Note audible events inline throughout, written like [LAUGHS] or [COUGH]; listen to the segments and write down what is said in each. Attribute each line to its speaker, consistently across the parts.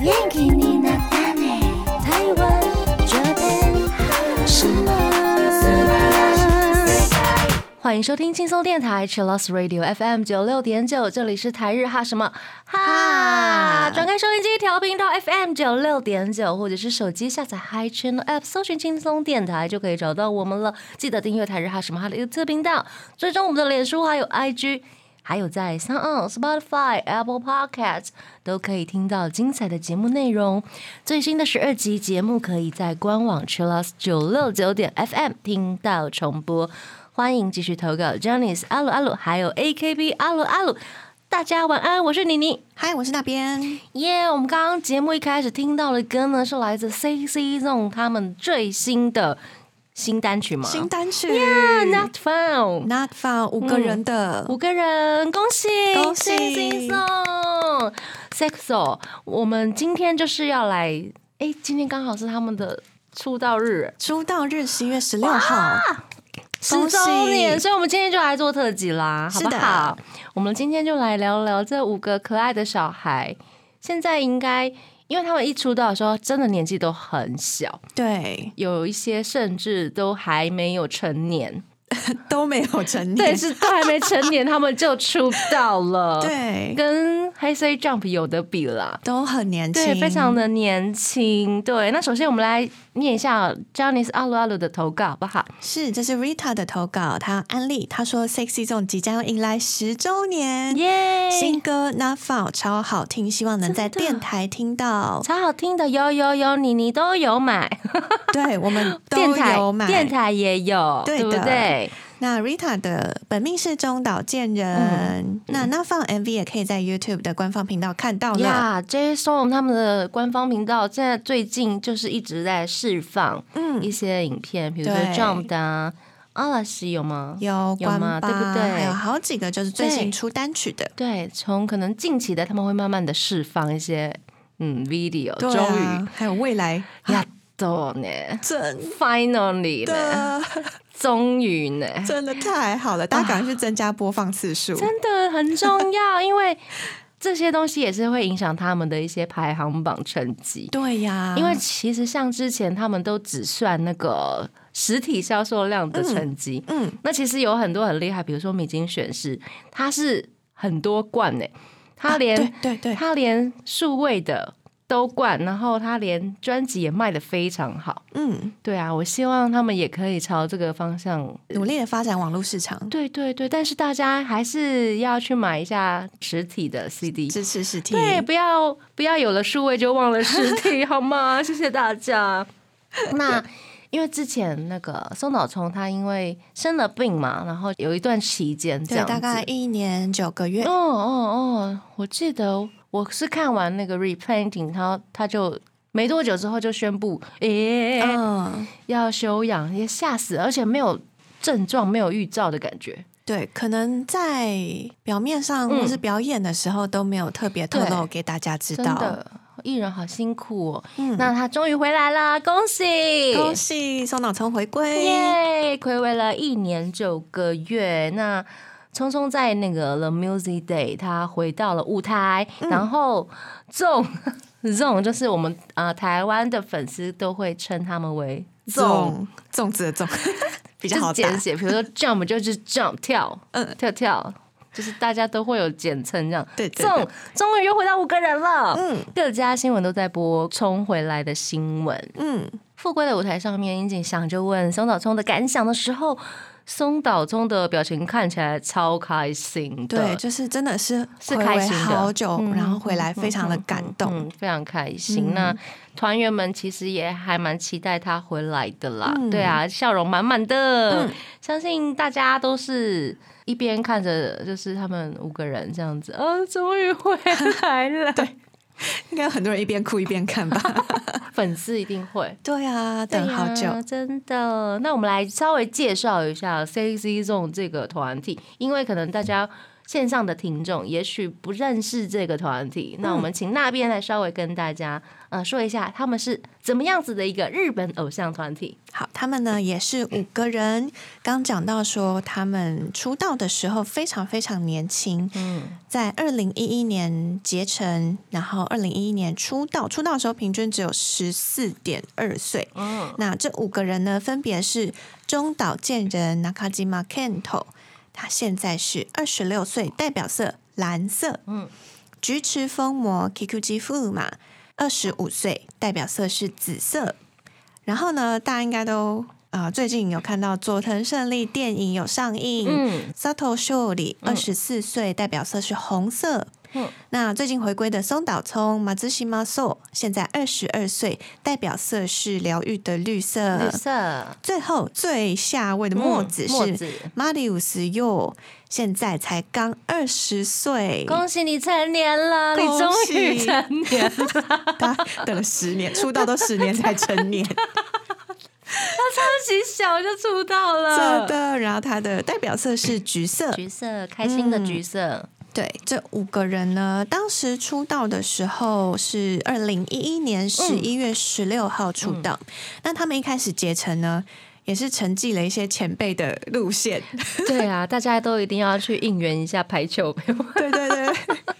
Speaker 1: 元気になったね台湾这边什么
Speaker 2: 欢迎收听轻松电台 c h i l l o s Radio FM 九六点九，这里是台日哈什么哈，
Speaker 1: 哈
Speaker 2: 转开收音机调频到 FM 九六点九，或者是手机下载 Hi Channel App，搜寻轻松电台就可以找到我们了。记得订阅台日哈什么哈的 YouTube 频道，追踪我们的脸书还有 IG。还有在 s o n Spotify、Apple Podcast 都可以听到精彩的节目内容。最新的十二集节目可以在官网 Chillus 九六九点 FM 听到重播。欢迎继续投稿 j a n i c e 阿鲁阿鲁，还有 AKB 阿鲁阿鲁。大家晚安，我是妮妮。
Speaker 3: 嗨，我是那边。
Speaker 2: 耶我们刚刚节目一开始听到的歌呢，是来自 CC Zone 他们最新的新单曲吗？
Speaker 3: 新单曲
Speaker 2: Yeah, 嗯 Not Found。
Speaker 3: Not Found 五个人的，
Speaker 2: 五个人，恭喜
Speaker 3: 恭喜
Speaker 2: Sexo，我们今天就是要来，哎、今天刚好是他们的出道日，
Speaker 3: 出道日十一月十六号，
Speaker 2: 十
Speaker 3: 恭喜
Speaker 2: 周年，所以我们今天就来做特辑啦，好
Speaker 3: 是
Speaker 2: 不
Speaker 3: 的
Speaker 2: 好？我们今天就来聊聊这五个可爱的小孩，现在应该。因为他们一出道的时候，真的年纪都很小，
Speaker 3: 对，
Speaker 2: 有一些甚至都还没有成
Speaker 3: [LAUGHS]
Speaker 2: 年，
Speaker 3: 都没有成
Speaker 2: 对，
Speaker 3: 年，
Speaker 2: 是都还没成年，他们就出道了。
Speaker 3: [LAUGHS] 对，
Speaker 2: 跟黑 C Jump 有的比啦。
Speaker 3: 都很年轻，
Speaker 2: 对，非常的年轻。对，那首先我们来念一下 j a n i c e 阿鲁阿鲁的投稿，好不好？
Speaker 3: 是，这是 Rita 的投稿，她安利，她说 Sexy Zone 即将要迎来十周年。
Speaker 2: 耶、
Speaker 3: 新歌《Not Found》超好听，希望能在
Speaker 2: 真的
Speaker 3: 电台听到。
Speaker 2: 超好听的，有有有，你你都有买，
Speaker 3: 对，我们都
Speaker 2: 电台
Speaker 3: 有买。
Speaker 2: 电台也有，
Speaker 3: 对
Speaker 2: 对不
Speaker 3: 的
Speaker 2: 对？
Speaker 3: 那 Rita 的本命是中岛健人，
Speaker 2: 嗯
Speaker 3: 那《Not Found》MV 也可以在 YouTube 的官方频道看到了。
Speaker 2: 呀、j Storm 他们的官方频道现在最近就是一直在释放
Speaker 3: 嗯
Speaker 2: 一些影片，比如说
Speaker 3: 对
Speaker 2: Jump 的、啊、阿拉西有吗？
Speaker 3: 有
Speaker 2: 有
Speaker 3: 关
Speaker 2: 吗
Speaker 3: 吧？
Speaker 2: 对不对
Speaker 3: 还有好几个就是最
Speaker 2: 对
Speaker 3: 新出单曲的，
Speaker 2: 对，从可能近期的他们会慢慢的释放一些嗯 video，、
Speaker 3: 对
Speaker 2: 终于
Speaker 3: 啊，还有未来
Speaker 2: やっとね
Speaker 3: 真
Speaker 2: ，finally 呢，
Speaker 3: 的
Speaker 2: 终于呢，
Speaker 3: 真的太好了，大家赶快去增加播放次数。
Speaker 2: 真的很重要，因为这些东西也是会影响他们的一些排行榜成绩。
Speaker 3: 对呀，
Speaker 2: 因为其实像之前他们都只算那个实体销售量的成绩，
Speaker 3: 嗯，
Speaker 2: 那其实有很多很厉害，比如说米津玄师，他是很多冠呢、他连、
Speaker 3: 啊对对对
Speaker 2: 他连数位的都冠，然后他连专辑也卖的非常好。
Speaker 3: 嗯，
Speaker 2: 对啊，我希望他们也可以朝这个方向。
Speaker 3: 努力的发展网络市场，
Speaker 2: 对对对，但是大家还是要去买一下实体的 CD。
Speaker 3: 支持实体。
Speaker 2: 对，不要不要有了数位就忘了实体，好吗？ [LAUGHS] 谢谢大家。 [LAUGHS] 那因为之前那个松岛聪他因为生了病嘛，然后有一段期间这
Speaker 3: 对，
Speaker 2: 样子
Speaker 3: 大概一年九个月
Speaker 2: 哦。哦哦，我记得我是看完那个 replanting，他他就没多久之后就宣布，诶、
Speaker 3: 嗯，
Speaker 2: 要休养，也吓死了，而且没有症状，没有预兆的感觉。
Speaker 3: 对，可能在表面上
Speaker 2: 嗯
Speaker 3: 或是表演的时候都没有特别透露
Speaker 2: 对
Speaker 3: 给大家知
Speaker 2: 真
Speaker 3: 道。
Speaker 2: 的，艺人好辛苦哦。
Speaker 3: 嗯
Speaker 2: 那他终于回来了，恭喜！
Speaker 3: 恭喜松脑聪回归！
Speaker 2: 耶！暌违了一年九个月，那聪聪在那个 The Music Day，他回到了舞台，
Speaker 3: 嗯
Speaker 2: 然后 Zone [LAUGHS] Zone 就是我们呃台湾的粉丝都会称他们为 Zone，
Speaker 3: 粽粽子的粽 [LAUGHS] 比较
Speaker 2: 就是
Speaker 3: 好
Speaker 2: 简
Speaker 3: 打。
Speaker 2: 写，比如说 Jump 就是 Jump 跳，
Speaker 3: [LAUGHS] 嗯
Speaker 2: 跳跳。就是大家都会有简称这样，
Speaker 3: 对对对
Speaker 2: 纵终于又回到五个人了。
Speaker 3: 嗯
Speaker 2: 各家新闻都在播冲回来的新闻，
Speaker 3: 嗯，
Speaker 2: 富贵的舞台上面，樱井翔就问松岛聪的感想的时候，松岛聪的表情看起来超开心的，
Speaker 3: 对，就是真的是
Speaker 2: 是
Speaker 3: 回
Speaker 2: 开
Speaker 3: 味
Speaker 2: 心的
Speaker 3: 好久，
Speaker 2: 嗯
Speaker 3: 然后回来非常的感动。
Speaker 2: 嗯，非常开心。
Speaker 3: 嗯
Speaker 2: 那团员们其实也还蛮期待他回来的啦，
Speaker 3: 嗯
Speaker 2: 对啊，笑容满满的，
Speaker 3: 嗯
Speaker 2: 相信大家都是一边看着，就是他们五个人这样子，啊，终于回来
Speaker 3: [LAUGHS]
Speaker 2: 了，对，
Speaker 3: 应该有很多人一边哭一边看吧？
Speaker 2: 粉丝一定会。
Speaker 3: 对啊，等
Speaker 2: [LAUGHS] 对呀
Speaker 3: 好久。
Speaker 2: 真的。那我们来稍微介绍一下 CZ Zone 这个团体，因为可能大家线上的听众也许不认识这个团体，那我们请那边来稍微跟大家呃说一下，他们是怎么样子的一个日本偶像团体。
Speaker 3: 好，他们呢也是五个人。刚讲到说他们出道的时候非常非常年轻，
Speaker 2: 嗯，
Speaker 3: 在二零一一年结成，然后二零一一年出道，出道的时候平均只有十四点二岁。
Speaker 2: 哦，
Speaker 3: 那这五个人呢，分别是中岛健人 （Nakajima Kento），他现在是二十六岁，代表色蓝色；
Speaker 2: 嗯，
Speaker 3: 菊池风磨 （Kikuji Fuma） 二十五岁，代表色是紫色。然后呢，大家应该都呃，最近有看到佐藤胜利电影有上映，
Speaker 2: 嗯
Speaker 3: Sato Shori 二十四岁，代表色是红色。
Speaker 2: 嗯
Speaker 3: 那最近回归的松岛聪 Matsushima So 现在二十二岁，代表色是疗愈的绿色。
Speaker 2: 绿色
Speaker 3: 最后最下位的墨子
Speaker 2: 嗯呃墨
Speaker 3: 是
Speaker 2: 子
Speaker 3: Marius Yo，现在才刚二十岁，
Speaker 2: [LAUGHS] 恭喜你成年了，你
Speaker 3: 恭
Speaker 2: 终于
Speaker 3: 喜
Speaker 2: 成年 [LAUGHS] 了，
Speaker 3: 他等了十年，出道都十年才成
Speaker 2: [LAUGHS]
Speaker 3: 年，
Speaker 2: 恭喜小就出道
Speaker 3: 真
Speaker 2: 了。
Speaker 3: 的。然后他的代表色是橘色，
Speaker 2: 嗯橘色，开心的橘色，
Speaker 3: 对，这五个人呢，当时出道的时候是二零一一年十一月十六号出道。那他们一开始结成呢，也是承继了一些前辈的路线。 [LAUGHS]
Speaker 2: 对啊，大家都一定要去应援一下排球，
Speaker 3: 对对对，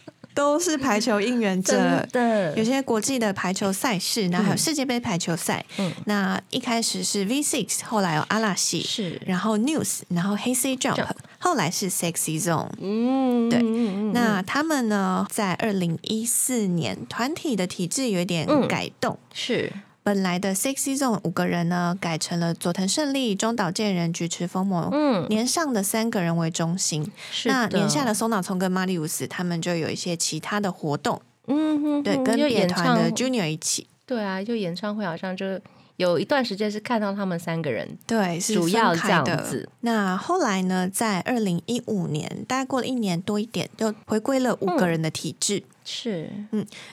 Speaker 3: [LAUGHS] 都是排球应援者
Speaker 2: 真。的
Speaker 3: 有些国际的排球赛事，然后还有世界杯排球赛。
Speaker 2: 嗯
Speaker 3: 那一开始是 V Six，后来有阿拉西，
Speaker 2: 是
Speaker 3: 然后 News，然后 Hazy Jump，
Speaker 2: Jump
Speaker 3: 后来是 Sexy Zone。
Speaker 2: 嗯，
Speaker 3: 对
Speaker 2: 嗯嗯
Speaker 3: 那他们呢，在二零一四年团体的体制有点
Speaker 2: 嗯
Speaker 3: 改动，
Speaker 2: 是
Speaker 3: 本来的 Sexy Zone 五个人呢，改成了佐藤胜利、中岛健人、菊池风磨，
Speaker 2: 嗯
Speaker 3: 年上的三个人为中心。
Speaker 2: 是
Speaker 3: 那
Speaker 2: 的
Speaker 3: 年下的松岛聪跟马里乌斯，他们就有一些其他的活动，
Speaker 2: 嗯哼
Speaker 3: 对，
Speaker 2: 哼
Speaker 3: 跟
Speaker 2: 就
Speaker 3: 别
Speaker 2: 演
Speaker 3: 团的
Speaker 2: 唱
Speaker 3: Junior 一起，
Speaker 2: 对啊，就演唱会好像就有一段时间是看到他们三个人，
Speaker 3: 对，是
Speaker 2: 主要
Speaker 3: 分
Speaker 2: 这
Speaker 3: 开
Speaker 2: 样
Speaker 3: 的
Speaker 2: 子。
Speaker 3: 那后来呢，在二零一五年，大概过了一年多一点，就回归了五
Speaker 2: 嗯
Speaker 3: 个人的体制。
Speaker 2: 是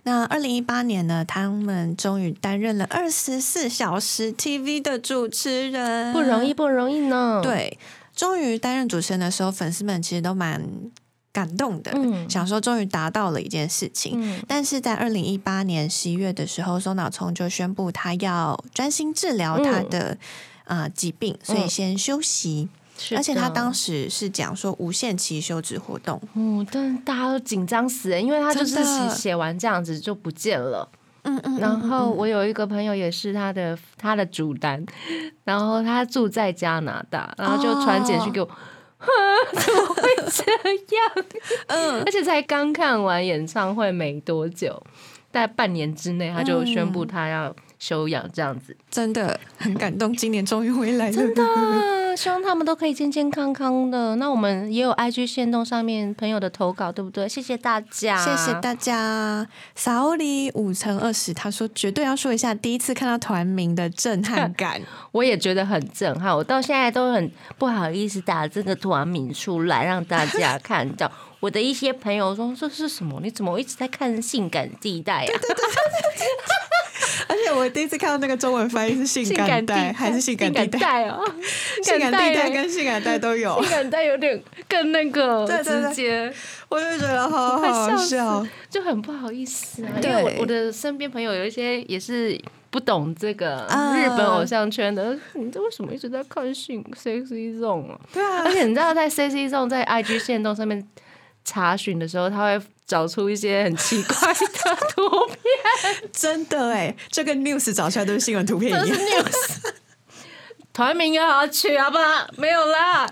Speaker 3: 那二零一八年呢，他们终于担任了二十四小时 TV 的主持人，
Speaker 2: 不容易，。不容易呢。，
Speaker 3: 嗯对，终于担任主持人的时候，粉丝们其实都蛮感动的，
Speaker 2: 嗯
Speaker 3: 想说终于达到了一件事情。
Speaker 2: 嗯，
Speaker 3: 但是在二零一八年十一月的时候，松岛聪就宣布他要专心治疗他的、呃疾病，所以
Speaker 2: 嗯
Speaker 3: 先休息。
Speaker 2: 是
Speaker 3: 而且他当
Speaker 2: 时，
Speaker 3: 时是讲说无限期休止活动，
Speaker 2: 嗯，但是大家都紧张死了，因为他就是
Speaker 3: 真的
Speaker 2: 写写完这样子就不见了。
Speaker 3: 嗯嗯
Speaker 2: 然后我有一个朋友也是他的他的主单，然后他住在加拿大，然后就传简讯给 [LAUGHS] 我。哼怎么会这样？ [LAUGHS]
Speaker 3: 嗯，
Speaker 2: 而且才刚看完演唱会没多久，在半年之内他就宣布他要休养这样子。
Speaker 3: 真的很感动，今年终于回来了。
Speaker 2: 真的，啊嗯希望他们都可以健健康康的。那我们也有 IG 线动上面朋友的投稿，对不对？谢谢大家，
Speaker 3: 谢谢大家。萨欧里五乘二十，他说绝对要说一下第一次看到团名的震 [LAUGHS] 撼感。
Speaker 2: 我也觉得很震撼，我到现在都很不好意思打这个团名出来让大家看到。我的一些朋友说这是什么？你怎么一直在看性感地带呀、啊？
Speaker 3: 而且我第一次看到那个中文翻译 [LAUGHS]
Speaker 2: [LAUGHS]
Speaker 3: 是性
Speaker 2: 性
Speaker 3: 感
Speaker 2: 地
Speaker 3: 带还是性感地
Speaker 2: 性
Speaker 3: 带？
Speaker 2: 带哦，
Speaker 3: [LAUGHS] 性感地带
Speaker 2: 嘞
Speaker 3: 跟性感带都有
Speaker 2: [LAUGHS] 性，感带有点更那个
Speaker 3: 对对对
Speaker 2: 直接，
Speaker 3: 我就觉得 [LAUGHS] 好
Speaker 2: 快
Speaker 3: 好
Speaker 2: 死
Speaker 3: 笑。，
Speaker 2: 就很不好意思啊。因
Speaker 3: 对
Speaker 2: 为我我的身边朋友有一些也是不懂这个
Speaker 3: 啊
Speaker 2: 日本偶像圈的， [LAUGHS] 你这为什么一直在看性 sexy zone 啊？
Speaker 3: 对
Speaker 2: [LAUGHS]
Speaker 3: 啊
Speaker 2: 而，且你知道，在 sexy zone 在 IG 线动上面查询的时候，他会找出一些很奇怪的图片，
Speaker 3: 真的哎，这跟 news 找出来都是新闻图片
Speaker 2: [LAUGHS] 都
Speaker 3: 一
Speaker 2: 是
Speaker 3: [LAUGHS] 样
Speaker 2: news。团名要好好取好不好？没有啦。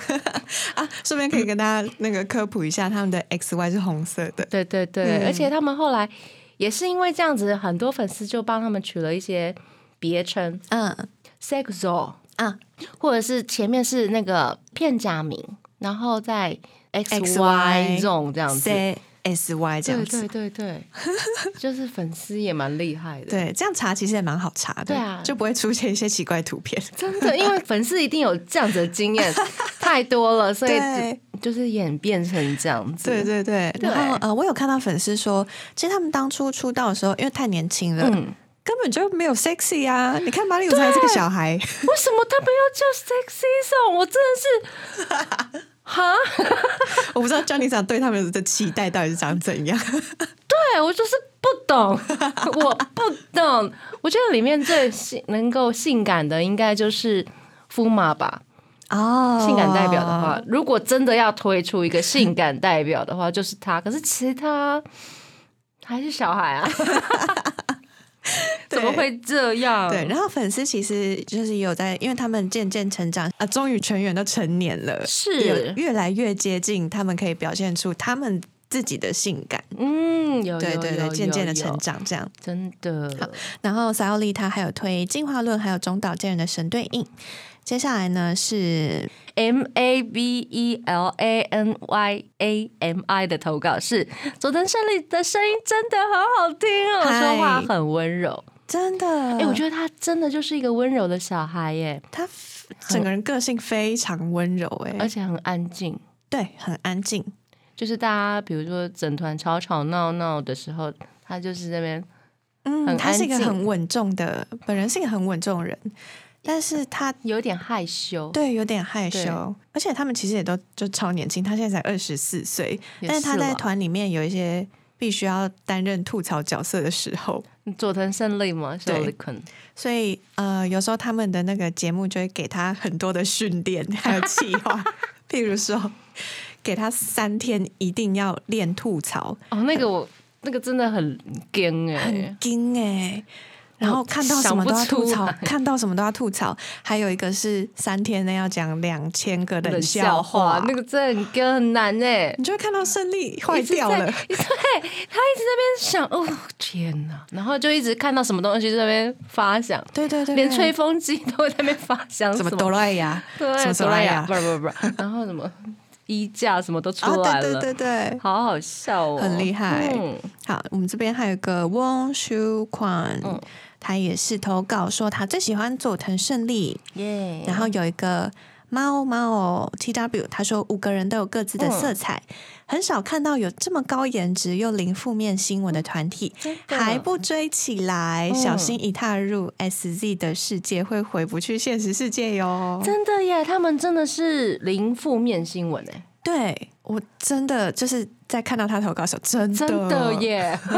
Speaker 3: 啊。顺便可以跟大家那个科普一下，他们的 X Y 是红色的。
Speaker 2: 对对对，而且他们后来也是因为这样子，很多粉丝就帮他们取了一些别称
Speaker 3: 嗯
Speaker 2: ，sexo，
Speaker 3: 啊，
Speaker 2: 或者是前面是那个片假名，然后再 x y
Speaker 3: XY
Speaker 2: 这种这样子。
Speaker 3: ，C S Y 这样
Speaker 2: 对
Speaker 3: 子。
Speaker 2: 对对对，就是粉丝也蛮厉害的。
Speaker 3: 对，这样查其实也蛮好查的，
Speaker 2: 对啊
Speaker 3: 就不会出现一些奇怪图片。
Speaker 2: 真的，因为粉丝一定有这样子的经
Speaker 3: [LAUGHS]
Speaker 2: 验太多了，所以
Speaker 3: 对
Speaker 2: 就就是演变成这样子。
Speaker 3: 对对对，
Speaker 2: 对
Speaker 3: 然后呃，我有看到粉丝说，其实他们当初出道的时候，因为太年轻了，
Speaker 2: 嗯
Speaker 3: 根本就没有 sexy [LAUGHS] 啊。你看马里乌才是个小孩， [LAUGHS]
Speaker 2: 为什么他们要叫 sexy song？我真的是哈，
Speaker 3: [LAUGHS] 我不知道 Johnny 长对他们的期待到底是长怎样。
Speaker 2: 对我就是不
Speaker 3: [LAUGHS]
Speaker 2: 懂，我不懂。我觉得里面最性能够性感的，应该就是夫马吧。
Speaker 3: 哦
Speaker 2: 性感代表的话，如果真的要推出一个性感代表的话，就是他。可是其
Speaker 3: [LAUGHS]
Speaker 2: 他还是小孩啊，
Speaker 3: 对
Speaker 2: 怎么会这样？
Speaker 3: 对，然后粉丝其实就是有在，因为他们渐渐成长啊，终于全员都成年了，
Speaker 2: 是
Speaker 3: 有越来越接近，他们可以表现出他们自己的性感。
Speaker 2: 嗯，有有
Speaker 3: 对对
Speaker 2: 有
Speaker 3: 对，渐渐的
Speaker 2: 有有
Speaker 3: 成长这样。
Speaker 2: 真的
Speaker 3: 然后撒奥利他还有推《进化论》，还有中岛健人的《神对应》。接下来呢是
Speaker 2: M A B E L A N Y A M I 的投稿是佐藤胜利的声音真的好好听哦，
Speaker 3: 嗨
Speaker 2: 说话很温柔。
Speaker 3: 真的，
Speaker 2: 哎、
Speaker 3: 哎
Speaker 2: 我觉得他真的就是一个温柔的小孩耶，
Speaker 3: 他整个人个性非常温柔、哎，
Speaker 2: 而且很呃安静。
Speaker 3: 对，很安静，
Speaker 2: 就是大家比如说整团吵吵闹闹的时候，他就是那边
Speaker 3: 嗯，
Speaker 2: 很
Speaker 3: 他是一个
Speaker 2: 安静
Speaker 3: 很稳重的，本人是一个很稳重的人，但是他
Speaker 2: 有点害羞。
Speaker 3: 对，有点害
Speaker 2: 对
Speaker 3: 羞，而且他们其实也都就超年轻，他现在才二十四岁，
Speaker 2: 也
Speaker 3: 但是他
Speaker 2: 是
Speaker 3: 在
Speaker 2: 啦
Speaker 3: 团里面有一些必须要担任吐槽角色的时候，
Speaker 2: 佐藤胜利嘛，小
Speaker 3: 对
Speaker 2: l i c o n
Speaker 3: 所以呃，有时候他们的那个节目就会给他很多的训练， [LAUGHS] 还有
Speaker 2: [LAUGHS]
Speaker 3: 计划，譬如说给他三天一定要练吐槽，
Speaker 2: 哦，那个我那个真的很惊哎、
Speaker 3: 很惊哎、然后看到什么都要吐
Speaker 2: 想
Speaker 3: 槽
Speaker 2: 不出，
Speaker 3: 看到什么都要吐槽。还有一个是三天内要讲两千个冷笑话，
Speaker 2: 那个真的很跟很难哎、
Speaker 3: 你就会看到胜利坏掉了
Speaker 2: 一。直在对，他一直在那边想，哦天哪，然后就一直看到什么东西在那边发响，
Speaker 3: 对对对，
Speaker 2: 连
Speaker 3: 对
Speaker 2: 吹风机都会在那边发响，
Speaker 3: 什
Speaker 2: 么
Speaker 3: 么哆啦 A 呀，
Speaker 2: 对，
Speaker 3: 什么
Speaker 2: 哆
Speaker 3: 哆啦
Speaker 2: 啦
Speaker 3: A 啊
Speaker 2: 呀，
Speaker 3: 呀
Speaker 2: 啊不，不不，然后什么衣架什么都出
Speaker 3: 啊，
Speaker 2: 来
Speaker 3: 对
Speaker 2: 了，
Speaker 3: 对对对。
Speaker 2: 好好笑哦，
Speaker 3: 很厉害
Speaker 2: 嗯，
Speaker 3: 好，我们这边还有一个 Wong Shu Kwan，、
Speaker 2: 嗯
Speaker 3: 他也是投稿说他最喜欢佐藤胜利，
Speaker 2: 耶
Speaker 3: 然后有一个猫猫 T W，他说五个人都有各自的色彩，很少看到有这么高颜值又零负面新闻的团体，
Speaker 2: 的
Speaker 3: 还不追起来，
Speaker 2: 嗯
Speaker 3: 小心一踏入 S Z 的世界会回不去现实世界哟。
Speaker 2: 真的耶，他们真的是零负面新闻哎，
Speaker 3: 对我真的就是在看到他投稿的时候，真的
Speaker 2: 真的，耶。 [LAUGHS]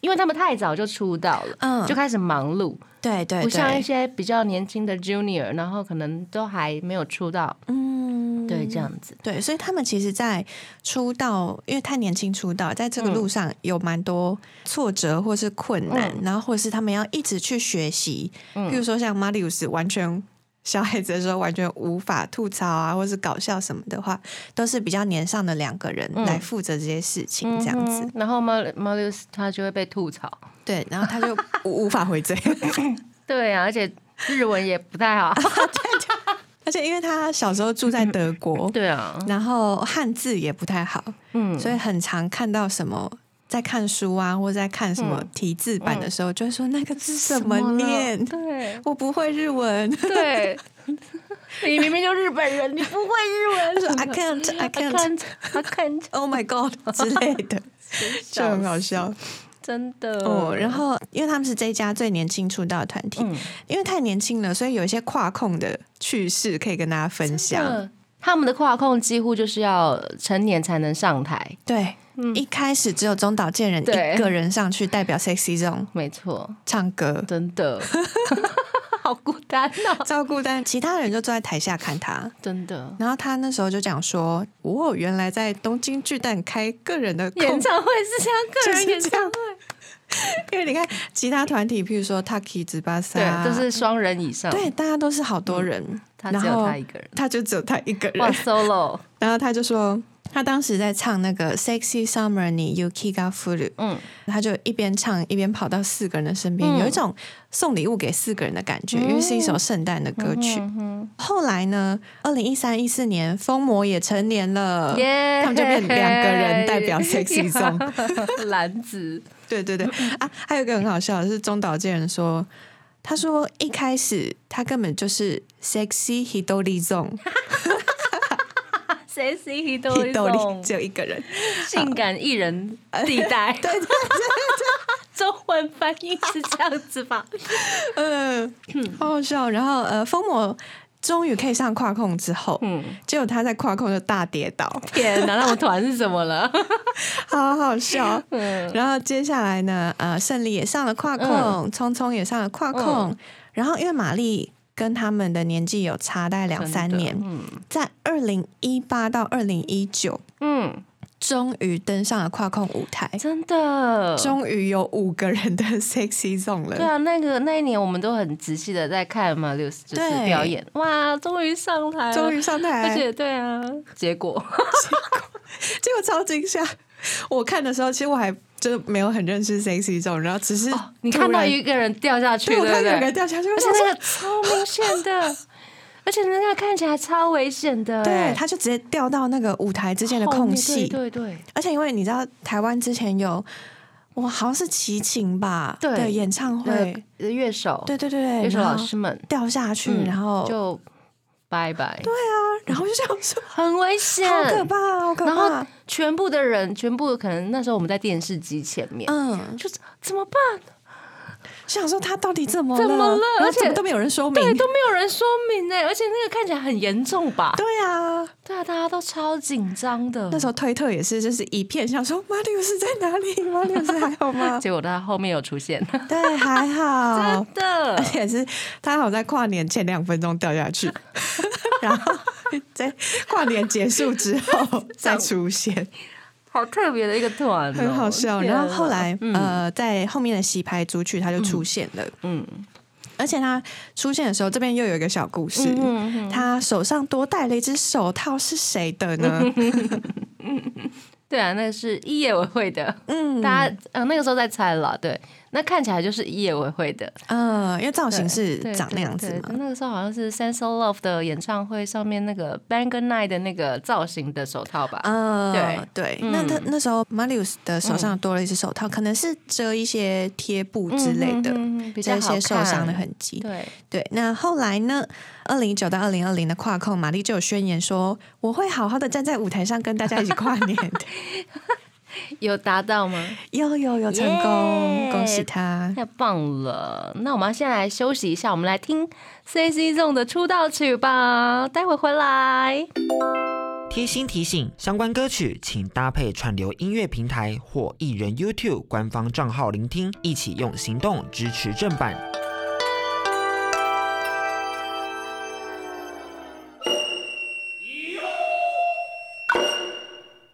Speaker 2: 因为他们太早就出道了，
Speaker 3: 嗯
Speaker 2: 就开始忙碌，
Speaker 3: 对对
Speaker 2: 不像一
Speaker 3: 哎对，
Speaker 2: 些比较年轻的 junior，然后可能都还没有出道，
Speaker 3: 嗯，
Speaker 2: 对，这样子。
Speaker 3: 对，所以他们其实，在出道，因为太年轻出道，在这个路上有蛮多挫折或是困难，然后或者是他们要一直去学习。譬如说像 Marius 完全小孩子的时候完全无法吐槽啊，或是搞笑什么的话，都是比较年上的两个人来负责这些事情，这样子。
Speaker 2: 嗯然后 Mar Marius 他就会被吐槽，
Speaker 3: 对，然后他就无无法回嘴。 [LAUGHS]
Speaker 2: 对啊，而且日文也不太好，
Speaker 3: 哦而且因为他小时候住在德国，
Speaker 2: 对啊，
Speaker 3: 然后汉字也不太好，
Speaker 2: 嗯，
Speaker 3: 所以很常看到什么在看书啊，或者在看什么题字版的时候，就会说那个字怎嗯么
Speaker 2: 了
Speaker 3: 念？
Speaker 2: 对
Speaker 3: 我不会日 [LAUGHS] 文，
Speaker 2: 对，你明明就日本人，你不会日
Speaker 3: 他说
Speaker 2: 文，
Speaker 3: I can't,
Speaker 2: 他
Speaker 3: I can't,
Speaker 2: 看他 [LAUGHS] 看
Speaker 3: Oh my God 之类的，就很好 [LAUGHS] 笑
Speaker 2: 真的
Speaker 3: 哦。然后因为他们是这一家最年轻出道的团体，因为太年轻了，所以有一些跨控的趣事可以跟大家分享。
Speaker 2: 嗯他们的跨控几乎就是要成年才能上台，
Speaker 3: 对，一开始只有中岛健人
Speaker 2: 对
Speaker 3: 一个人上去代表 Sexy Zone
Speaker 2: 没错，
Speaker 3: 唱歌，
Speaker 2: 真
Speaker 3: [LAUGHS]
Speaker 2: 的，好孤单哦，
Speaker 3: 照顾但其他人就坐在台下
Speaker 2: [LAUGHS]
Speaker 3: 看他。
Speaker 2: 真的。
Speaker 3: 然后他那时候就讲说：“我、原来在东京巨蛋开个人的
Speaker 2: 演
Speaker 3: 空，
Speaker 2: 唱会是这样，
Speaker 3: [LAUGHS]
Speaker 2: 个人演唱会，
Speaker 3: 因为你看其他团体，譬如说 Taki 直巴萨，
Speaker 2: 对，就是双人以上，
Speaker 3: 对，大家都是好多人，
Speaker 2: 他
Speaker 3: 然
Speaker 2: 只有
Speaker 3: 后
Speaker 2: 他一个人
Speaker 3: 他就只有他一个
Speaker 2: 哇
Speaker 3: 人。
Speaker 2: ，solo，
Speaker 3: 然后他就说，他当时在唱那个《Sexy Summer》你 Yuki ga furu，
Speaker 2: 嗯，
Speaker 3: 他就一边唱一边跑到四个人的身边，有一种送礼物给四个人的感
Speaker 2: 嗯
Speaker 3: 觉，因为是一首圣诞的歌曲。后来呢，二零一三一四年，疯魔也成年了，
Speaker 2: 耶，
Speaker 3: 他们就变两个人代表 sexy zone。
Speaker 2: [LAUGHS] zone，篮子，
Speaker 3: 对对对啊，还有一个很好笑的是中岛健人说，他说一开始他根本就是 sexy hidori zone
Speaker 2: 谁 C H 都
Speaker 3: hidori 只有一个人，
Speaker 2: 性感艺人地带， [LAUGHS] 对对对中文翻译是这样子吧？
Speaker 3: 嗯，好好笑。然后呃，疯魔终于可以上跨控之后，
Speaker 2: 嗯，
Speaker 3: 结果他在跨控就大跌倒，
Speaker 2: 天哪，那我团是怎么了？
Speaker 3: [LAUGHS] 好好笑。
Speaker 2: 嗯
Speaker 3: 然后接下来呢，呃，胜利也上了跨控，
Speaker 2: 嗯
Speaker 3: 聪聪也上了跨控，然后因为玛丽跟他们的年纪有差大概两三
Speaker 2: 真的
Speaker 3: 年，
Speaker 2: 嗯
Speaker 3: 在二零一八到二零一九，
Speaker 2: 嗯，
Speaker 3: 终于登上了跨控舞台，
Speaker 2: 真的，
Speaker 3: 终于有五个人的 sexy zone
Speaker 2: 对
Speaker 3: 了。
Speaker 2: 啊，那个那一年我们都很仔细的在看马六就是
Speaker 3: 对
Speaker 2: 表演，哇，终于上台了，
Speaker 3: 终于上台，
Speaker 2: 而且对啊，结果
Speaker 3: 结果超惊吓。我看的时候，其实我还就没有很认识 sexy 这种，然后只是、
Speaker 2: 哦 [LAUGHS] 你看到一，个人掉下去，
Speaker 3: 对
Speaker 2: 对
Speaker 3: 我
Speaker 2: 不
Speaker 3: 看到有
Speaker 2: 对
Speaker 3: 人？掉下去，我
Speaker 2: 而且
Speaker 3: 想
Speaker 2: 那
Speaker 3: 说
Speaker 2: 个超明显
Speaker 3: [LAUGHS]
Speaker 2: 的，而且那个看起来超危险的，
Speaker 3: 对
Speaker 2: 哎，
Speaker 3: 他就直接掉到那个舞台之间的
Speaker 2: 后面
Speaker 3: 空隙，
Speaker 2: 对对对，
Speaker 3: 而且因为你知道台湾之前有，我好像是齐秦吧，
Speaker 2: 对
Speaker 3: 演唱会，
Speaker 2: 那个乐手，
Speaker 3: 对对对对，
Speaker 2: 乐手
Speaker 3: 然
Speaker 2: 老
Speaker 3: 后
Speaker 2: 师们，
Speaker 3: 掉下去，
Speaker 2: 嗯
Speaker 3: 然后
Speaker 2: 就拜拜，对，
Speaker 3: 然后就想说，
Speaker 2: 很危险，
Speaker 3: 好可怕，好可
Speaker 2: 然
Speaker 3: 怕
Speaker 2: 后，全部的人，全部可能那时候我们在电视机前面，
Speaker 3: 嗯，
Speaker 2: 就是怎么办？
Speaker 3: 想说他到底怎么
Speaker 2: 怎么了
Speaker 3: 然后
Speaker 2: 而且
Speaker 3: 怎么都没有人说明，
Speaker 2: 对，都没有人说明欸呢，而且那个看起来很严重吧？
Speaker 3: 对啊，
Speaker 2: 对啊，大家都超紧张的。
Speaker 3: 那时候推特也是，就是一片想说马里奥斯在哪里？马里奥斯还
Speaker 2: [LAUGHS]
Speaker 3: 好吗？
Speaker 2: 结果他后面有出现，
Speaker 3: 对，还好，
Speaker 2: 真的
Speaker 3: 而，且是他好像在跨年前两分钟掉下去， [LAUGHS] 然后在跨年结束之
Speaker 2: [LAUGHS]
Speaker 3: 后再出现，
Speaker 2: 好特别的一个团、哦，
Speaker 3: 很好笑。
Speaker 2: 天啊
Speaker 3: 然后后来、，呃，在后面的洗牌组曲他就出现了，
Speaker 2: 嗯
Speaker 3: 而且他出现的时候，这边又有一个小故事。
Speaker 2: 嗯，嗯
Speaker 3: 他手上多戴了一只手套，是谁的呢？
Speaker 2: 对啊，那个是一业委会的，
Speaker 3: 嗯，
Speaker 2: 大家呃那个时候在猜了，对，那看起来就是一业委会的
Speaker 3: 嗯、因为造
Speaker 2: 造
Speaker 3: 型是长那样子嘛，
Speaker 2: 那个时候好像是 Sense of Love 的演唱会上面那个 Bang Night 的那个造型的手套吧，
Speaker 3: 嗯，
Speaker 2: 对
Speaker 3: 对，
Speaker 2: 嗯
Speaker 3: 那他那时候 Marius 的手上多了一只手套，可能是遮一些贴布之类的，
Speaker 2: 嗯嗯嗯嗯比
Speaker 3: 遮
Speaker 2: 较
Speaker 3: 一
Speaker 2: 好
Speaker 3: 些
Speaker 2: 看
Speaker 3: 受伤的痕迹。
Speaker 2: 对，
Speaker 3: 对，那后来呢？二零一九到二零二零的跨控，玛丽就有宣言说，我会好好的站在舞台上跟大家一起跨
Speaker 2: [LAUGHS]
Speaker 3: 年的。
Speaker 2: 有达到吗？
Speaker 3: 有有有成功，
Speaker 2: 耶
Speaker 3: 恭喜她！
Speaker 2: [LAUGHS] 太棒了！那我们要先来休息一下，我们来听 C C Zone 的出道曲吧，待会回来。
Speaker 4: 贴心提醒：相关歌曲请搭配串流音乐平台或艺人 YouTube 官方账号聆听，一起用行动支持正版。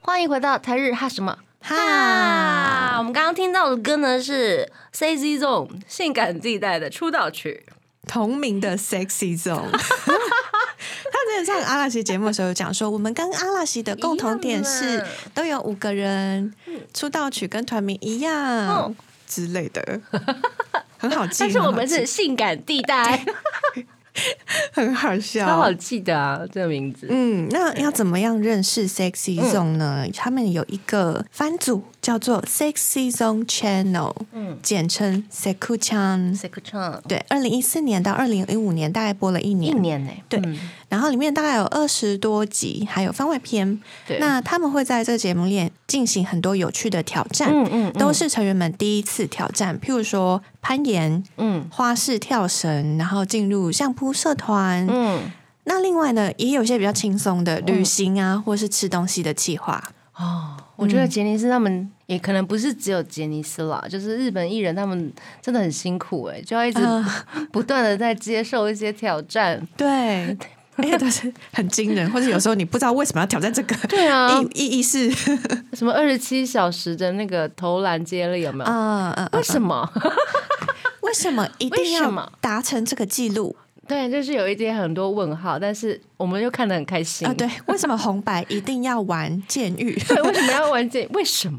Speaker 2: 欢迎回到台日哈什么
Speaker 3: 哈，
Speaker 2: 哈？我们刚刚听到的歌呢是 C C Zone 性感地带的出道曲，
Speaker 3: 同名的
Speaker 2: [LAUGHS]
Speaker 3: Sexy Zone。他之前上阿拉西节目的时候有讲说，我们跟阿拉西的共同点
Speaker 2: 一
Speaker 3: 是
Speaker 2: 样啊
Speaker 3: 都有五个人，出道曲跟团名一样
Speaker 2: 嗯
Speaker 3: 之类
Speaker 2: [LAUGHS]
Speaker 3: 的，很好记。
Speaker 2: 但是我
Speaker 3: 很好
Speaker 2: 们
Speaker 3: 记
Speaker 2: 是性感地
Speaker 3: [LAUGHS]
Speaker 2: 带，
Speaker 3: 很好
Speaker 2: 超 [LAUGHS] 好
Speaker 3: 笑。
Speaker 2: 记得啊，这个名字。
Speaker 3: 嗯，那要怎么样认识 Sexy Zone
Speaker 2: 嗯
Speaker 3: 呢？他们有一个番组叫做 Sexy Zone Channel，
Speaker 2: 嗯
Speaker 3: 简称 Seku Chan。
Speaker 2: s e c r e t o n
Speaker 3: 对，二零一四年到二零一五年，大概播了一
Speaker 2: 一
Speaker 3: 年。
Speaker 2: 年呢、
Speaker 3: 对
Speaker 2: 嗯
Speaker 3: 然后里面大概有二十多集，还有番外篇。
Speaker 2: 对，
Speaker 3: 那他们会在这个节目里面进行很多有趣的挑战，
Speaker 2: 嗯嗯
Speaker 3: 都
Speaker 2: 是
Speaker 3: 是成员们第一次挑战，譬如说攀岩、
Speaker 2: 嗯
Speaker 3: 花式跳绳，然后进入相扑社团。
Speaker 2: 嗯
Speaker 3: 那另外呢，也有一些比较轻松的旅行啊，或是吃东西的计划。
Speaker 2: 哦，我觉得杰尼斯他们也可能不是只有杰尼斯啦，就是日本艺人他们真的很辛苦哎、就要一直
Speaker 3: 嗯
Speaker 2: 不断的在接受一些挑战。
Speaker 3: [LAUGHS] 对，而哎且都是很惊
Speaker 2: [LAUGHS]
Speaker 3: 人，或者有时候你不知道为什么要挑战这个。
Speaker 2: 对啊，
Speaker 3: [LAUGHS] 意意义是，
Speaker 2: 什么二十七小时的那个投篮接力有没有？
Speaker 3: 嗯嗯，
Speaker 2: 为什么？ [LAUGHS]
Speaker 3: 为什么一
Speaker 2: 为
Speaker 3: 定
Speaker 2: 什
Speaker 3: 要
Speaker 2: 么
Speaker 3: 达成这个记录
Speaker 2: 对，就是有一点很多问号，但是我们又看得很开心
Speaker 3: 啊？对，为什么红白一定要玩监狱？
Speaker 2: [LAUGHS] 对，为什么要玩这？为什么？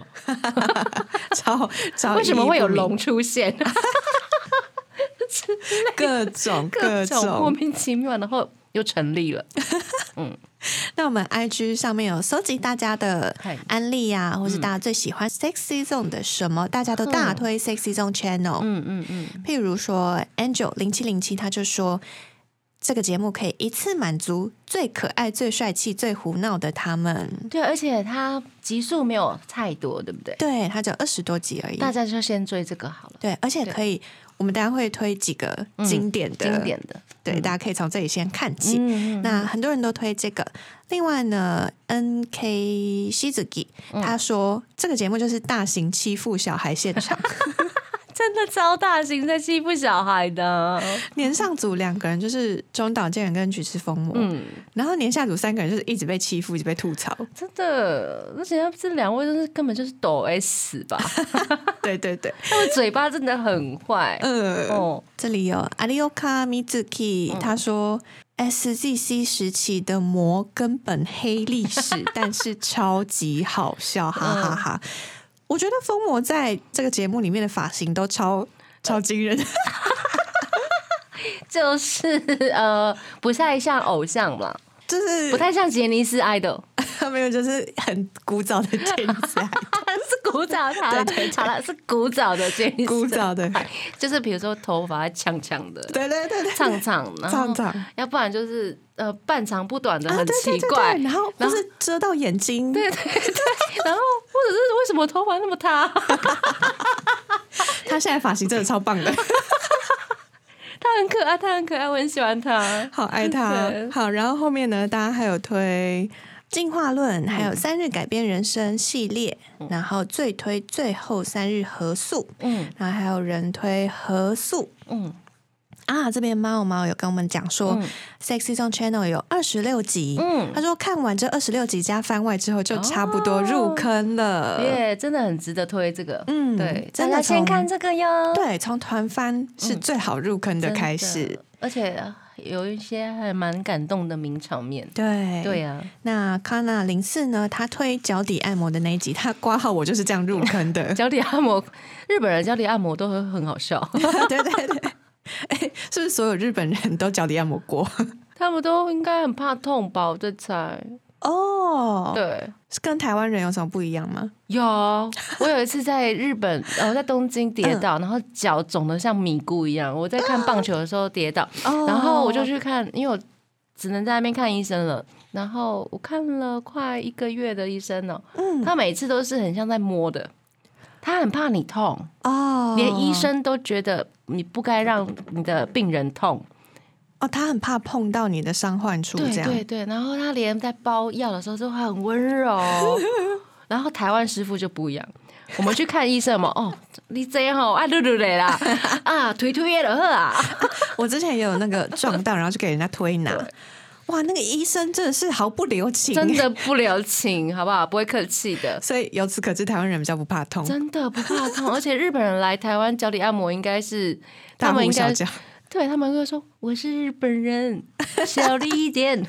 Speaker 3: [LAUGHS] 超超
Speaker 2: 为什么会有
Speaker 3: 意义不明
Speaker 2: 龙出现？ [LAUGHS]
Speaker 3: 各种
Speaker 2: 各种啊莫名其妙，然后又成立了。
Speaker 3: 那我们 IG 上面有搜集大家的
Speaker 2: 嗨嗯
Speaker 3: 案例呀、啊，或是大家最喜欢 Sexy Zone 的什么，大家都大推
Speaker 2: 嗯
Speaker 3: Sexy Zone Channel。
Speaker 2: 嗯嗯嗯，
Speaker 3: 譬如说 Angel 零七零七，他就说。这个节目可以一次满足最可爱、最帅气、最胡闹的他们。
Speaker 2: 对，而且它集数没有太多，对不对？
Speaker 3: 对，它只有二十多集而已。
Speaker 2: 大家就先追这个好了，
Speaker 3: 对，而且
Speaker 2: 对
Speaker 3: 可以，我们大家会推几个
Speaker 2: 嗯
Speaker 3: 经典的，
Speaker 2: 经典嗯的。
Speaker 3: 对，大家可以从这里先看起。
Speaker 2: 嗯，
Speaker 3: 那很多人都推这个。另外呢，N K 西子吉
Speaker 2: 嗯
Speaker 3: 他说、这个节目就是大型欺负小孩现
Speaker 2: [LAUGHS]
Speaker 3: 场，
Speaker 2: 真的超大型在欺负小孩的，
Speaker 3: 年上组两个人就是中岛健人跟菊池风磨，
Speaker 2: 嗯，
Speaker 3: 然后年下组三个人就是一直被欺负，一直被吐
Speaker 2: [LAUGHS]
Speaker 3: 槽。
Speaker 2: [LAUGHS] 真的，而且这两位就是根本就是抖 S 吧， [LAUGHS]
Speaker 3: 对对对，
Speaker 2: 他们嘴巴真的很坏，
Speaker 3: 嗯、
Speaker 2: 哦，
Speaker 3: 这里有阿里 i 卡米 k
Speaker 2: 嗯
Speaker 3: 基，他说 S G C 时期的魔根本黑
Speaker 2: [LAUGHS]
Speaker 3: 历史，但是超级好笑，哈
Speaker 2: 嗯
Speaker 3: 哈哈！我觉得疯魔在这个节目里面的发型都超超惊人， [LAUGHS]
Speaker 2: 就是呃，不太像偶像嘛，
Speaker 3: 就是
Speaker 2: 不太像杰尼斯 idol，
Speaker 3: 他没有，就是很古早的剪裁，
Speaker 2: [LAUGHS] 是古早 [LAUGHS] 他了，好了，是古早的杰尼斯，
Speaker 3: 古早的，
Speaker 2: 就是比如说头发呛呛的，
Speaker 3: 对对对对，
Speaker 2: 长长，然后
Speaker 3: 长长
Speaker 2: 要不然就是呃半长不短的，
Speaker 3: 啊，
Speaker 2: 很
Speaker 3: 对对
Speaker 2: 奇
Speaker 3: 对
Speaker 2: 怪
Speaker 3: 对，，然后不是遮到眼睛，
Speaker 2: 对对对， [LAUGHS] 然后或者是为什么头发那么塌？
Speaker 3: 他现在发型真的超棒的，
Speaker 2: 他很可爱，他很可爱，我很喜欢 [LAUGHS] 他。
Speaker 3: 好爱他哦
Speaker 2: 对。
Speaker 3: 好，然后后面呢，大家还有推《进化论》，还
Speaker 2: 嗯
Speaker 3: 有《三日改变人生》系列，然后最推最后三日合宿，
Speaker 2: 嗯
Speaker 3: 然后还有人推合宿。
Speaker 2: 嗯，
Speaker 3: 啊，这边猫猫有跟我们讲说、s e x y Zone Channel 有二十六集，
Speaker 2: 嗯
Speaker 3: 他说看完这二十六集加番外之后，就差不多入坑了。
Speaker 2: 耶、真的很值得推这个。
Speaker 3: 嗯
Speaker 2: 对，大
Speaker 3: 真的
Speaker 2: 家先
Speaker 3: 从
Speaker 2: 看这个哟。
Speaker 3: 对，从团番是最好入坑
Speaker 2: 嗯
Speaker 3: 的
Speaker 2: 真
Speaker 3: 开始。，
Speaker 2: 而且有一些还蛮感动的名场面。
Speaker 3: 对
Speaker 2: 对啊，
Speaker 3: 那康纳零四呢？他推脚底按摩的那一集，他挂号我就是这样入坑的
Speaker 2: [LAUGHS] 。脚底按摩，日本人脚底按摩都很很好 [LAUGHS] 笑，
Speaker 3: 对对对， [LAUGHS] 哎、是不是所有日本人都脚底按摩过？
Speaker 2: 他们都应该很怕痛吧？我在猜。
Speaker 3: 哦，
Speaker 2: 对，
Speaker 3: 是跟台湾人有什么不一样吗？
Speaker 2: 有我有一次在日本，呃，在东京跌
Speaker 3: 嗯
Speaker 2: 倒，然后脚肿得像米糊一样。我在看棒球的时候跌倒，
Speaker 3: 哦
Speaker 2: 然后我就去看，因为我只能在那边看医生了。然后我看了快一个月的医生了、
Speaker 3: 嗯
Speaker 2: 他每次都是很像在摸的，他很怕你痛，
Speaker 3: 哦，
Speaker 2: 连医生都觉得你不该让你的病人痛。
Speaker 3: 哦，他很怕碰到你的伤患处，
Speaker 2: 对
Speaker 3: 这样
Speaker 2: 对对，然后他连在包药的时候都很温
Speaker 3: [LAUGHS]
Speaker 2: 柔，然后台湾师傅就不一样。我们去看医生嘛，哦，你这样哦，啊，露露
Speaker 3: [LAUGHS]
Speaker 2: 嘞啦，啊，推推也了啊，
Speaker 3: 我之前也有那个撞到，然后就给人家推拿，哇，那个医生真的是毫不留情，
Speaker 2: 真。的不留情，好不好？不会客气的。
Speaker 3: [LAUGHS] 所以由此可知，台湾人比较不怕痛，
Speaker 2: 真的不怕痛，而且日本人来台湾脚底按摩应该是，他
Speaker 3: 大
Speaker 2: 们
Speaker 3: 呼
Speaker 2: 应
Speaker 3: 小
Speaker 2: 该
Speaker 3: 叫， [LAUGHS]
Speaker 2: 对他们会说我是日本人，小力一
Speaker 3: [LAUGHS]
Speaker 2: 点，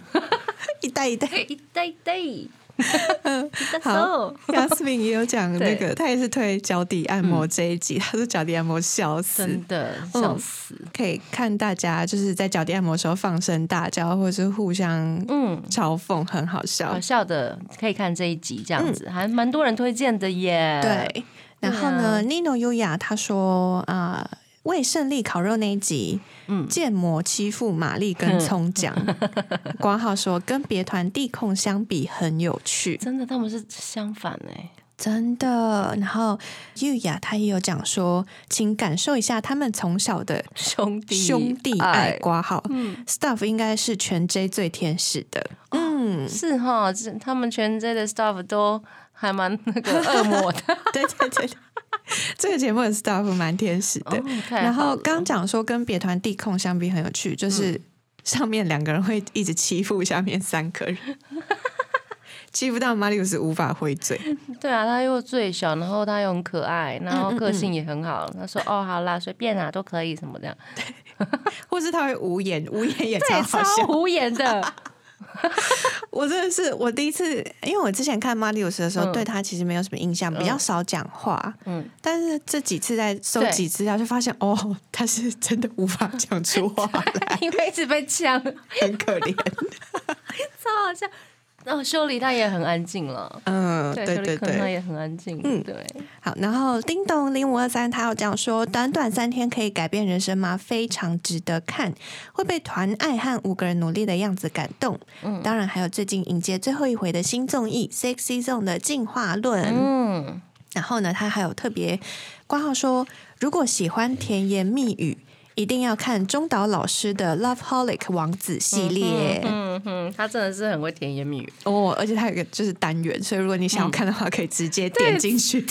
Speaker 3: 一代一代。
Speaker 2: 一对
Speaker 3: [LAUGHS]
Speaker 2: [LAUGHS] 对，
Speaker 3: 好 [LAUGHS] ，Yasmin 也有讲那
Speaker 2: 对嗯
Speaker 3: 个，他也是推脚底按摩这一集，他说脚底按摩笑死
Speaker 2: 真，的
Speaker 3: 哦
Speaker 2: 笑死，
Speaker 3: 可以看大家就是在脚底按摩的时候放声大叫，或者是互相
Speaker 2: 嗯。
Speaker 3: 嘲讽，很好笑
Speaker 2: 好。笑的，可以看这一集，这样子、还蛮多人推荐的耶。，
Speaker 3: 对，然后呢、n i n o Yuya 他说啊。为胜利烤肉那一集，
Speaker 2: 嗯
Speaker 3: 建模欺负玛丽跟葱姜，
Speaker 2: [LAUGHS]
Speaker 3: 挂号说跟别团地控相比很有趣，
Speaker 2: 真的他们是相反哎、
Speaker 3: 真的。然后优雅她也有讲说，请感受一下他们从小的
Speaker 2: 兄弟
Speaker 3: 兄弟爱挂号。staff
Speaker 2: 哎嗯
Speaker 3: 应该是全 J 最天使
Speaker 2: [LAUGHS]
Speaker 3: 的。嗯，
Speaker 2: 是哈，这他们全 J 的 staff 都还蛮那个恶魔
Speaker 3: [LAUGHS]
Speaker 2: 的，
Speaker 3: 对对对对，这个节目的 staff 蛮天使的。
Speaker 2: 哦太好
Speaker 3: 然后
Speaker 2: 了
Speaker 3: 刚讲说跟别团地控相比很有趣，
Speaker 2: 嗯
Speaker 3: 就是上面两个人会一直欺负下面三个
Speaker 2: [LAUGHS]
Speaker 3: 人。欺负到马里乌斯无法回嘴，
Speaker 2: 对啊，他又最小，然后他又很可爱，然后个性也很好。他
Speaker 3: 嗯
Speaker 2: 说：“哦，好啦，随便啦，都可以什么
Speaker 3: [LAUGHS]
Speaker 2: 这样。
Speaker 3: 或是他会无言，无言也”超
Speaker 2: 对，
Speaker 3: 好笑
Speaker 2: 超。无言
Speaker 3: [LAUGHS]
Speaker 2: 的，
Speaker 3: 我真的是我第一次，因为我之前看马里乌斯的时候，
Speaker 2: 嗯
Speaker 3: 对他其实没有什么印象，比较少讲话。
Speaker 2: 嗯，
Speaker 3: 但是这几次在收集资料，就发现哦，他是真的无法讲出话来，
Speaker 2: 因为一直被呛，
Speaker 3: 很可怜。
Speaker 2: 超好笑。哦，修理他也很安静了。
Speaker 3: 嗯，
Speaker 2: 对，
Speaker 3: 对
Speaker 2: 修理
Speaker 3: 对
Speaker 2: 可能他
Speaker 3: 对。
Speaker 2: 也很安静。
Speaker 3: 嗯
Speaker 2: 对，
Speaker 3: 好，然后叮咚零五二三，他有讲说，短短三天可以改变人生吗？非常值得看，会被团爱和五个人努力的样子感动。嗯，当然还有最近迎接最后一回的新综艺《Sexy Zone》的进化论。
Speaker 2: 嗯，
Speaker 3: 然后呢，他还有特别挂号说，如果喜欢甜言蜜语，一定要看中岛老师的《Love Holic 王子》系列。
Speaker 2: 嗯哼，他真的是很会甜言蜜语。
Speaker 3: 哦，而且它有一个就是单元，所以如果你
Speaker 2: 嗯
Speaker 3: 想要看的话，可以直接点进去。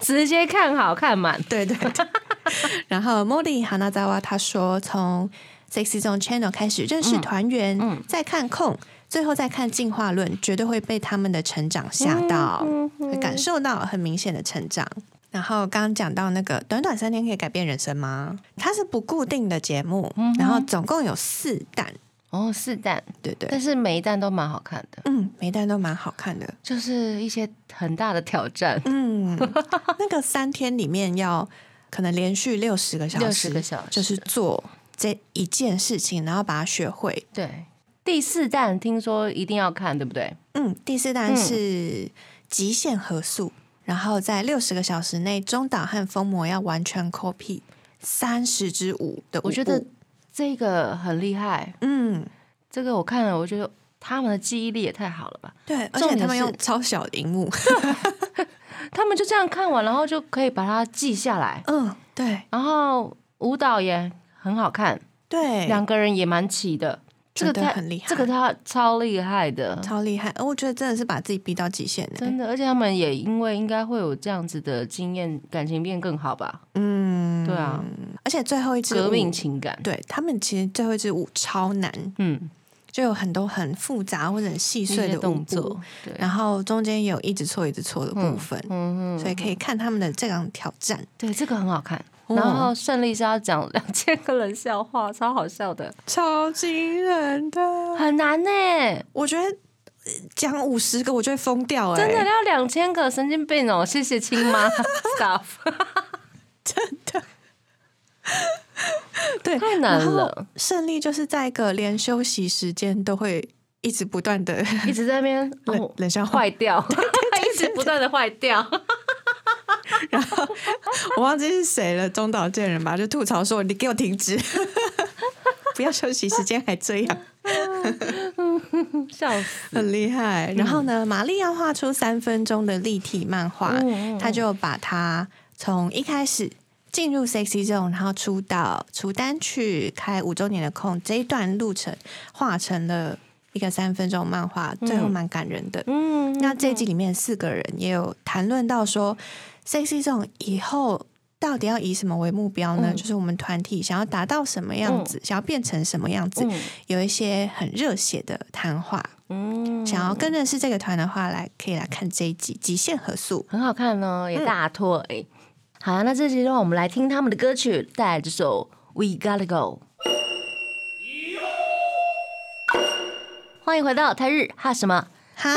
Speaker 2: 直接看好看满。
Speaker 3: 对对对。 [LAUGHS] 然后 Molly 哈纳扎瓦他说，从 Sexy Zone Channel 开始认识团员，再看控，最后再看进化论，绝对会被他们的成长吓到，会感受到很明显的成长。然后刚刚讲到那个短短三天可以改变人生吗？它是不固定的节目，然后总共有四弹，
Speaker 2: 哦，是蛋，
Speaker 3: 对对，
Speaker 2: 但是每一蛋都蛮好看的，
Speaker 3: 嗯，每一弹都蛮好看的。
Speaker 2: 就是一些很大的挑战，
Speaker 3: 嗯，那个三天里面要可能连续六十个小时，
Speaker 2: 60个小时
Speaker 3: 就是做这一件事情，然后把它学会。
Speaker 2: 对。第四弹听说一定要看，对不对？
Speaker 3: 嗯，第四单
Speaker 2: 嗯
Speaker 3: 是极限合宿，然后在六十个小时内，中岛和风魔要完全 copy 三十支舞的舞步
Speaker 2: 我觉得，这个很厉害，
Speaker 3: 嗯，
Speaker 2: 这个我看了，我觉得他们的记忆力也太好了吧？
Speaker 3: 对，而
Speaker 2: 重
Speaker 3: 且
Speaker 2: 点
Speaker 3: 他们用
Speaker 2: 是
Speaker 3: 超小的荧幕，
Speaker 2: 他们就这样看完，然后就可以把它记下来，
Speaker 3: 嗯，对
Speaker 2: 然后舞蹈也很好看，
Speaker 3: 对，
Speaker 2: 两个人也蛮齐的，这个
Speaker 3: 真的
Speaker 2: 太
Speaker 3: 很厉害
Speaker 2: 这个他超厉害的，
Speaker 3: 超厉害，呃我觉得真的是把自己逼到极限呢。
Speaker 2: 真的，而且他们也因为应该会有这样子的经验，感情变更好吧？
Speaker 3: 嗯，
Speaker 2: 对啊，
Speaker 3: 而且最后一支
Speaker 2: 革
Speaker 3: 舞
Speaker 2: 命情感，
Speaker 3: 对他们其实最后一支舞超难，
Speaker 2: 嗯，
Speaker 3: 就有很多很复杂或者很细
Speaker 2: 一
Speaker 3: 碎
Speaker 2: 些
Speaker 3: 的舞
Speaker 2: 动
Speaker 3: 步
Speaker 2: 作，，对，
Speaker 3: 然后中间也有一直错一直错的部分，
Speaker 2: 嗯嗯，
Speaker 3: 所以可以看他们的这场挑战
Speaker 2: 对，这个很好看。
Speaker 3: 哦
Speaker 2: 然后胜利是要讲 [LAUGHS] 两千个人笑话，超好笑的，
Speaker 3: 超惊人的。
Speaker 2: 很难呢、
Speaker 3: [LAUGHS] 我觉得呃讲五十个我就会疯掉、欸，
Speaker 2: 真的要两千个，神经病哦！谢谢亲
Speaker 3: [LAUGHS]
Speaker 2: 妈 staff，
Speaker 3: 对，
Speaker 2: 太难了。
Speaker 3: 胜利就是在一个连休息时间都会一直不断的
Speaker 2: 一直在那边哦
Speaker 3: 冷冷笑话，
Speaker 2: 坏掉， [LAUGHS] 一直不断的坏
Speaker 3: [LAUGHS]
Speaker 2: 掉，
Speaker 3: 然后 [LAUGHS] 我忘记是谁了，中岛健人吧，就吐槽说你给我停止， [LAUGHS] 不要休息时间还这样。
Speaker 2: 笑死！
Speaker 3: 很厉害。然后呢，玛丽要画出三分钟的立体漫画，她就把它从一开始进入 sexy zone，然后出道、出单曲、开五周年的空这一段路程，画成了一个三分钟漫画，最后蛮感人的。
Speaker 2: 嗯，
Speaker 3: 那这一集里面四个人也有谈论到说，sexy zone 以后。到底要以什么为目标呢？
Speaker 2: 嗯
Speaker 3: 就是我们团体想要达到什么样子，想要变成什么样子，
Speaker 2: 嗯
Speaker 3: 有一些很热血的谈话。
Speaker 2: 嗯，
Speaker 3: 想要更认识这个团的话，来可以来看这一集《极限合宿》。
Speaker 2: 很好看哦，
Speaker 3: 嗯
Speaker 2: 也大推。好、啊，那这集的话，我们来听他们的歌曲，带来这首《We Gotta Go》。欢迎回到台日哈什么
Speaker 3: 啊哈，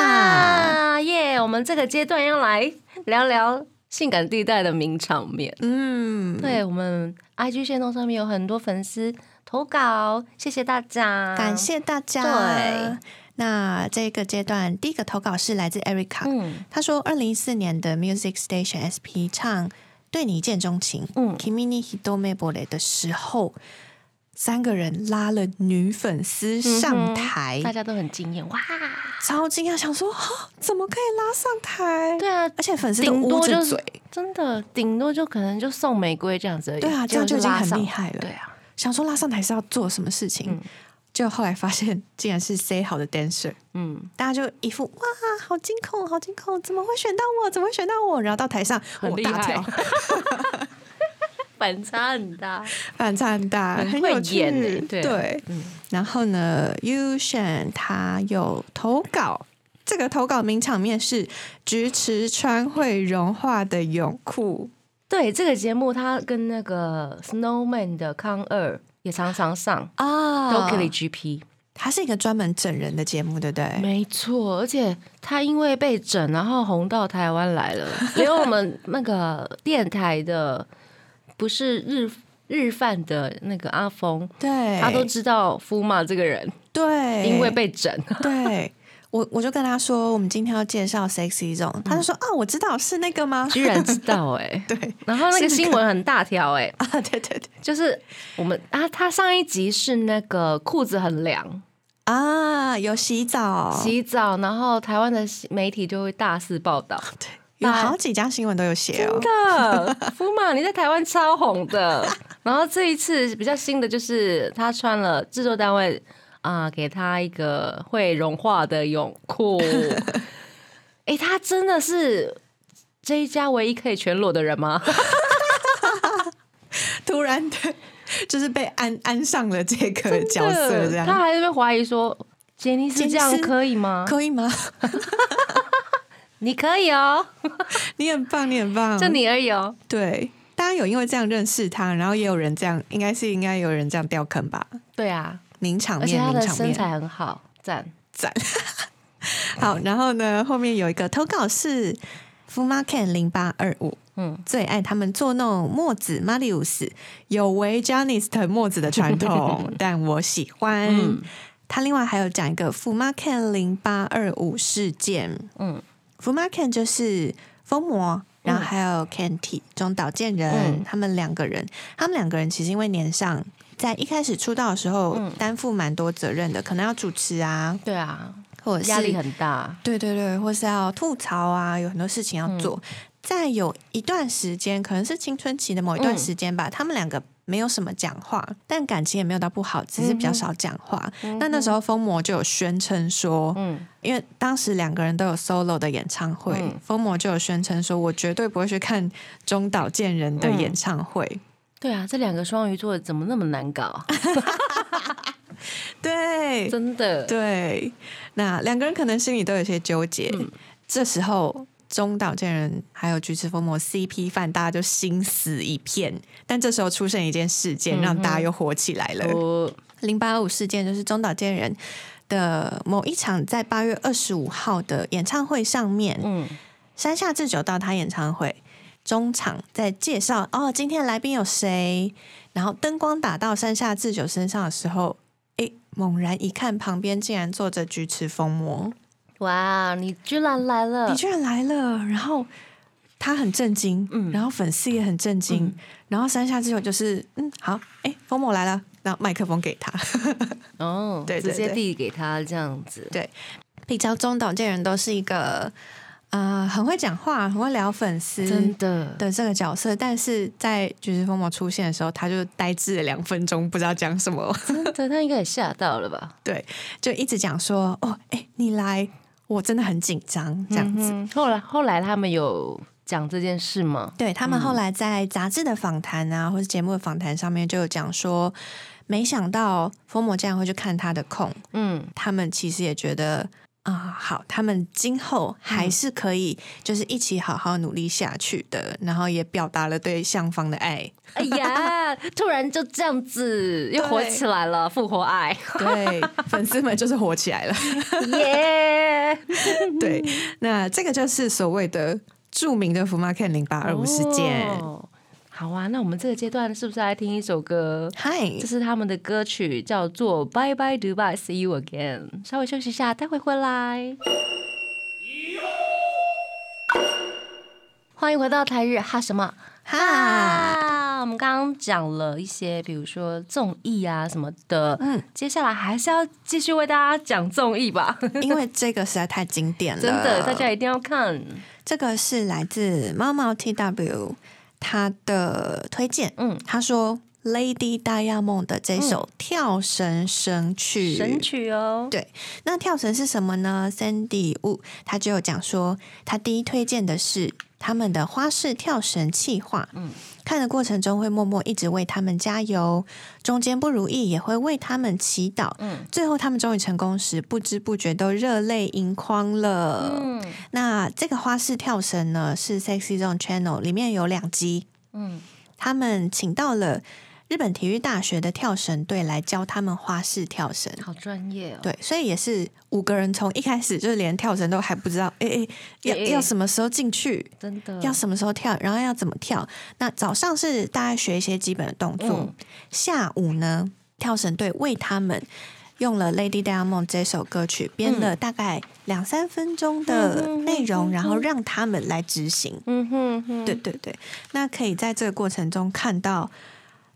Speaker 2: 哈耶！我们这个阶段要来聊聊性感地带的名场面。
Speaker 3: 嗯，
Speaker 2: 对我们 IG 线动上面有很多粉丝投稿，谢谢大家，
Speaker 3: 感。谢大家。
Speaker 2: 对，
Speaker 3: 那这个阶段第一个投稿是来自 Erica，
Speaker 2: 嗯
Speaker 3: 他说，二零一四年的 Music Station SP 唱《对你一见钟情》
Speaker 2: 嗯
Speaker 3: Kimi ni hidome bore 的时候，三个人拉了女粉丝上台，
Speaker 2: 嗯大家都很惊艳哇！
Speaker 3: 超惊讶，想说、哦、怎么可以拉上台？
Speaker 2: 对啊，
Speaker 3: 而且粉丝都
Speaker 2: 顶
Speaker 3: 捂
Speaker 2: 多就
Speaker 3: 着
Speaker 2: 是
Speaker 3: 嘴，
Speaker 2: 真的顶多就可能就送玫瑰这样子而已。
Speaker 3: 对啊，这
Speaker 2: 结
Speaker 3: 样
Speaker 2: 果
Speaker 3: 就已经
Speaker 2: 拉
Speaker 3: 很
Speaker 2: 上
Speaker 3: 厉害了。
Speaker 2: 对啊，
Speaker 3: 想说拉上台是要做什么事
Speaker 2: 嗯
Speaker 3: 情，就后来发现竟然是 say 好的 dancer，
Speaker 2: 嗯，
Speaker 3: 大家就一副哇，好惊恐，好惊恐，怎么会选到我？怎么会选到我？然后到台上，
Speaker 2: 很
Speaker 3: 我
Speaker 2: 厉
Speaker 3: 大
Speaker 2: 害
Speaker 3: 跳， [LAUGHS]
Speaker 2: 反差很大。
Speaker 3: 反差很大，
Speaker 2: [LAUGHS] 很
Speaker 3: 很
Speaker 2: 会
Speaker 3: 有趣。
Speaker 2: 演欸对啊
Speaker 3: 然后呢，U Shan 他有投稿。这个投稿名场面是菊池川会融化的泳裤，
Speaker 2: 对这个节目，它跟那个 Snowman 的康二也常常上
Speaker 3: 啊
Speaker 2: d o k i GP，、
Speaker 3: 它是一个专门整人的节目，对不对？
Speaker 2: 哎没错。而且他因为被整，然后红到台湾来 [LAUGHS] 了，连我们那个电台的不是日日饭的那个阿峰，
Speaker 3: 对，
Speaker 2: 他都知道夫马这个人，
Speaker 3: 对，
Speaker 2: 因为被整。
Speaker 3: 对，我我就跟他说，我们今天要介绍 Sexy Zone，他就说啊，我知道是那个吗？
Speaker 2: 嗯居然知道哎、
Speaker 3: 对
Speaker 2: 然后那个新闻很大条哎、
Speaker 3: [LAUGHS] 啊，对对对
Speaker 2: 就是我们啊，他上一集是那个裤子很凉，
Speaker 3: 啊，有洗澡，
Speaker 2: 洗澡，然后台湾的媒体就会大肆报道。
Speaker 3: 对，有好几家新闻都有写哦。
Speaker 2: 的，福马你在台湾超红的。 [LAUGHS] 然后这一次比较新的就是他穿了制作单位啊、给他一个会融化的泳裤。哎、他真的是这一家唯一可以全裸的人吗？
Speaker 3: 突然的，就是被安安上了这个角色，
Speaker 2: 他
Speaker 3: 这样
Speaker 2: 还在那边怀疑说。杰尼斯这样
Speaker 3: 杰尼斯
Speaker 2: 可以吗？
Speaker 3: 可以吗？ [LAUGHS]
Speaker 2: 你可以哦，
Speaker 3: 你很棒，你很棒，
Speaker 2: 就你而已哦。
Speaker 3: 对。大家有因为这样认识他，然后也有人这样，应该是应该有人这样掉坑吧？
Speaker 2: 对啊，
Speaker 3: 名场
Speaker 2: 而且
Speaker 3: 面，
Speaker 2: 他
Speaker 3: 名
Speaker 2: 的
Speaker 3: 场
Speaker 2: 身
Speaker 3: 面。
Speaker 2: 材很好，赞。
Speaker 3: 好，然后呢，后面有一个投稿是 f u m a k e n 零八二五，
Speaker 2: 嗯
Speaker 3: 嗯，最爱他们捉弄墨子 Marius，有违 j a n i s t 墨子的传
Speaker 2: [LAUGHS]
Speaker 3: 统，但我喜欢。
Speaker 2: 嗯
Speaker 3: 他另外还有讲一个 f u m a k e n 零八二五事件，
Speaker 2: 嗯
Speaker 3: 嗯 f u m a k e n 就是疯魔。然后还有 Kenty 中岛健人，
Speaker 2: 嗯
Speaker 3: 他们两个人，他们两个人其实因为年上，在一开始出道的时候、
Speaker 2: 嗯
Speaker 3: 担负蛮多责任的，可能要主持啊，
Speaker 2: 对啊，
Speaker 3: 或者是
Speaker 2: 压力很大。
Speaker 3: 对对对，或是要吐槽啊，有很多事情要做。
Speaker 2: 嗯
Speaker 3: 在有一段时间，可能是青春期的某一
Speaker 2: 嗯
Speaker 3: 段时间吧，他们两个没有什么讲话，但感情也没有到不好，只
Speaker 2: 嗯
Speaker 3: 是比较少讲话。那那时候疯魔就有宣称说，
Speaker 2: 嗯
Speaker 3: 因为当时两个人都有 solo 的演唱会，
Speaker 2: 嗯
Speaker 3: 疯魔就有宣称说，我绝对不会去看中岛健人
Speaker 2: 嗯
Speaker 3: 的演唱会。
Speaker 2: 对啊，这两个双鱼座怎么那么难搞？[LAUGHS]
Speaker 3: 对，
Speaker 2: 真的，
Speaker 3: 对，那两个人可能心里都有些纠结。这时候，中岛健人还有菊池风磨 CP 饭，大家就心死一片。但这时候出现一件事件，让大家又火起来了。
Speaker 2: 我
Speaker 3: 零八五事件就是中岛健人的某一场在八月二十五号的演唱会上面，
Speaker 2: 嗯
Speaker 3: 山下智久到他演唱会中场在介绍哦，今天的来宾有谁，然后灯光打到山下智久身上的时候，诶，猛然一看，旁边竟然坐着菊池风磨，
Speaker 2: 哇，你居然来了
Speaker 3: 你！居然来了，然后。他很震惊，
Speaker 2: 嗯
Speaker 3: 然后粉丝也很震惊，然后山下智久就是，嗯，好，诶，风魔来了，然后麦克风给他，
Speaker 2: 哦，
Speaker 3: 对对
Speaker 2: 直接
Speaker 3: 对
Speaker 2: 递给他这样子。
Speaker 3: 比较中岛健人都是一个，呃，很会讲话，很会聊粉丝，
Speaker 2: 真的，
Speaker 3: 的这个角色，但是在橘子疯魔出现的时候，他就呆滞了两分钟，不知道讲什么，
Speaker 2: 真的，他应该也吓到了吧？
Speaker 3: 对，就一直讲说：“哦，哎、你来，我真的很紧张。”这样子。
Speaker 2: 嗯哼后来后来他们有讲这件事吗？
Speaker 3: 对他们后来在杂志的访谈啊，或是节目的访谈上面就有讲说，没想到疯魔竟然会去看他的空，
Speaker 2: 嗯，
Speaker 3: 他们其实也觉得。啊、好，他们今后
Speaker 2: 嗯
Speaker 3: 还是可以，就是一起好好努力下去的，然后也表达了对向方的
Speaker 2: [LAUGHS]
Speaker 3: 爱。
Speaker 2: 哎呀，突然就这样子又火起来了，复活爱，
Speaker 3: 对，粉丝们就是火起来了。
Speaker 2: 耶！
Speaker 3: 对，那这个就是所谓的著名的福马 Ken 零八 [LAUGHS] 二五事件。
Speaker 2: 哦好啊，那我们这个阶段是不是来听一首歌？
Speaker 3: 嗨，
Speaker 2: 这是他们的歌曲，叫做《Bye Bye Dubai See You Again》。稍微休息一下，待会回来。欢迎回到台日哈什么
Speaker 3: 哈，
Speaker 2: 啊？我们刚刚讲了一些，比如说综艺啊什么的，
Speaker 3: 嗯，
Speaker 2: 接下来还是要继续为大家讲综艺吧。
Speaker 3: 因为这个实在太经典了，
Speaker 2: 真的，大家一定要看。
Speaker 3: 这个是来自猫猫 T W 他的推荐，
Speaker 2: 嗯
Speaker 3: 嗯，他说 Lady 大亚梦的这首《跳绳神曲》，
Speaker 2: 神曲哦，
Speaker 3: 对，那跳绳是什么呢？Sandy Wu 他就有讲说，他第一推荐的是他们的花式跳绳计划。嗯，看的过程中会默默一直为他们加油，中间不如意也会为他们祈祷。嗯，最后他们终于成功时，不知不觉都热泪盈眶了。嗯，那这个花式跳绳呢，是 Sexy Zone Channel 里面有两集。
Speaker 2: 嗯
Speaker 3: 嗯，他们请到了。日本体育大学的跳绳队来教他们花式跳绳，
Speaker 2: 好专业哦。
Speaker 3: 对，所以也是五个人从一开始就是连跳绳都还不知道，哎、哎、要
Speaker 2: 诶诶嗯
Speaker 3: 要什么时候进去，
Speaker 2: 真的
Speaker 3: 要什么时候跳，然后要怎么跳。那早上是大家学一些基本的动作，
Speaker 2: 嗯
Speaker 3: 下午呢，跳绳队为他们用了《Lady Diamond》这首歌曲编
Speaker 2: 嗯
Speaker 3: 了大概两三分钟的内容，然后让他们来执行。
Speaker 2: 嗯哼哼，
Speaker 3: 对，对对，那可以在这个过程中看到，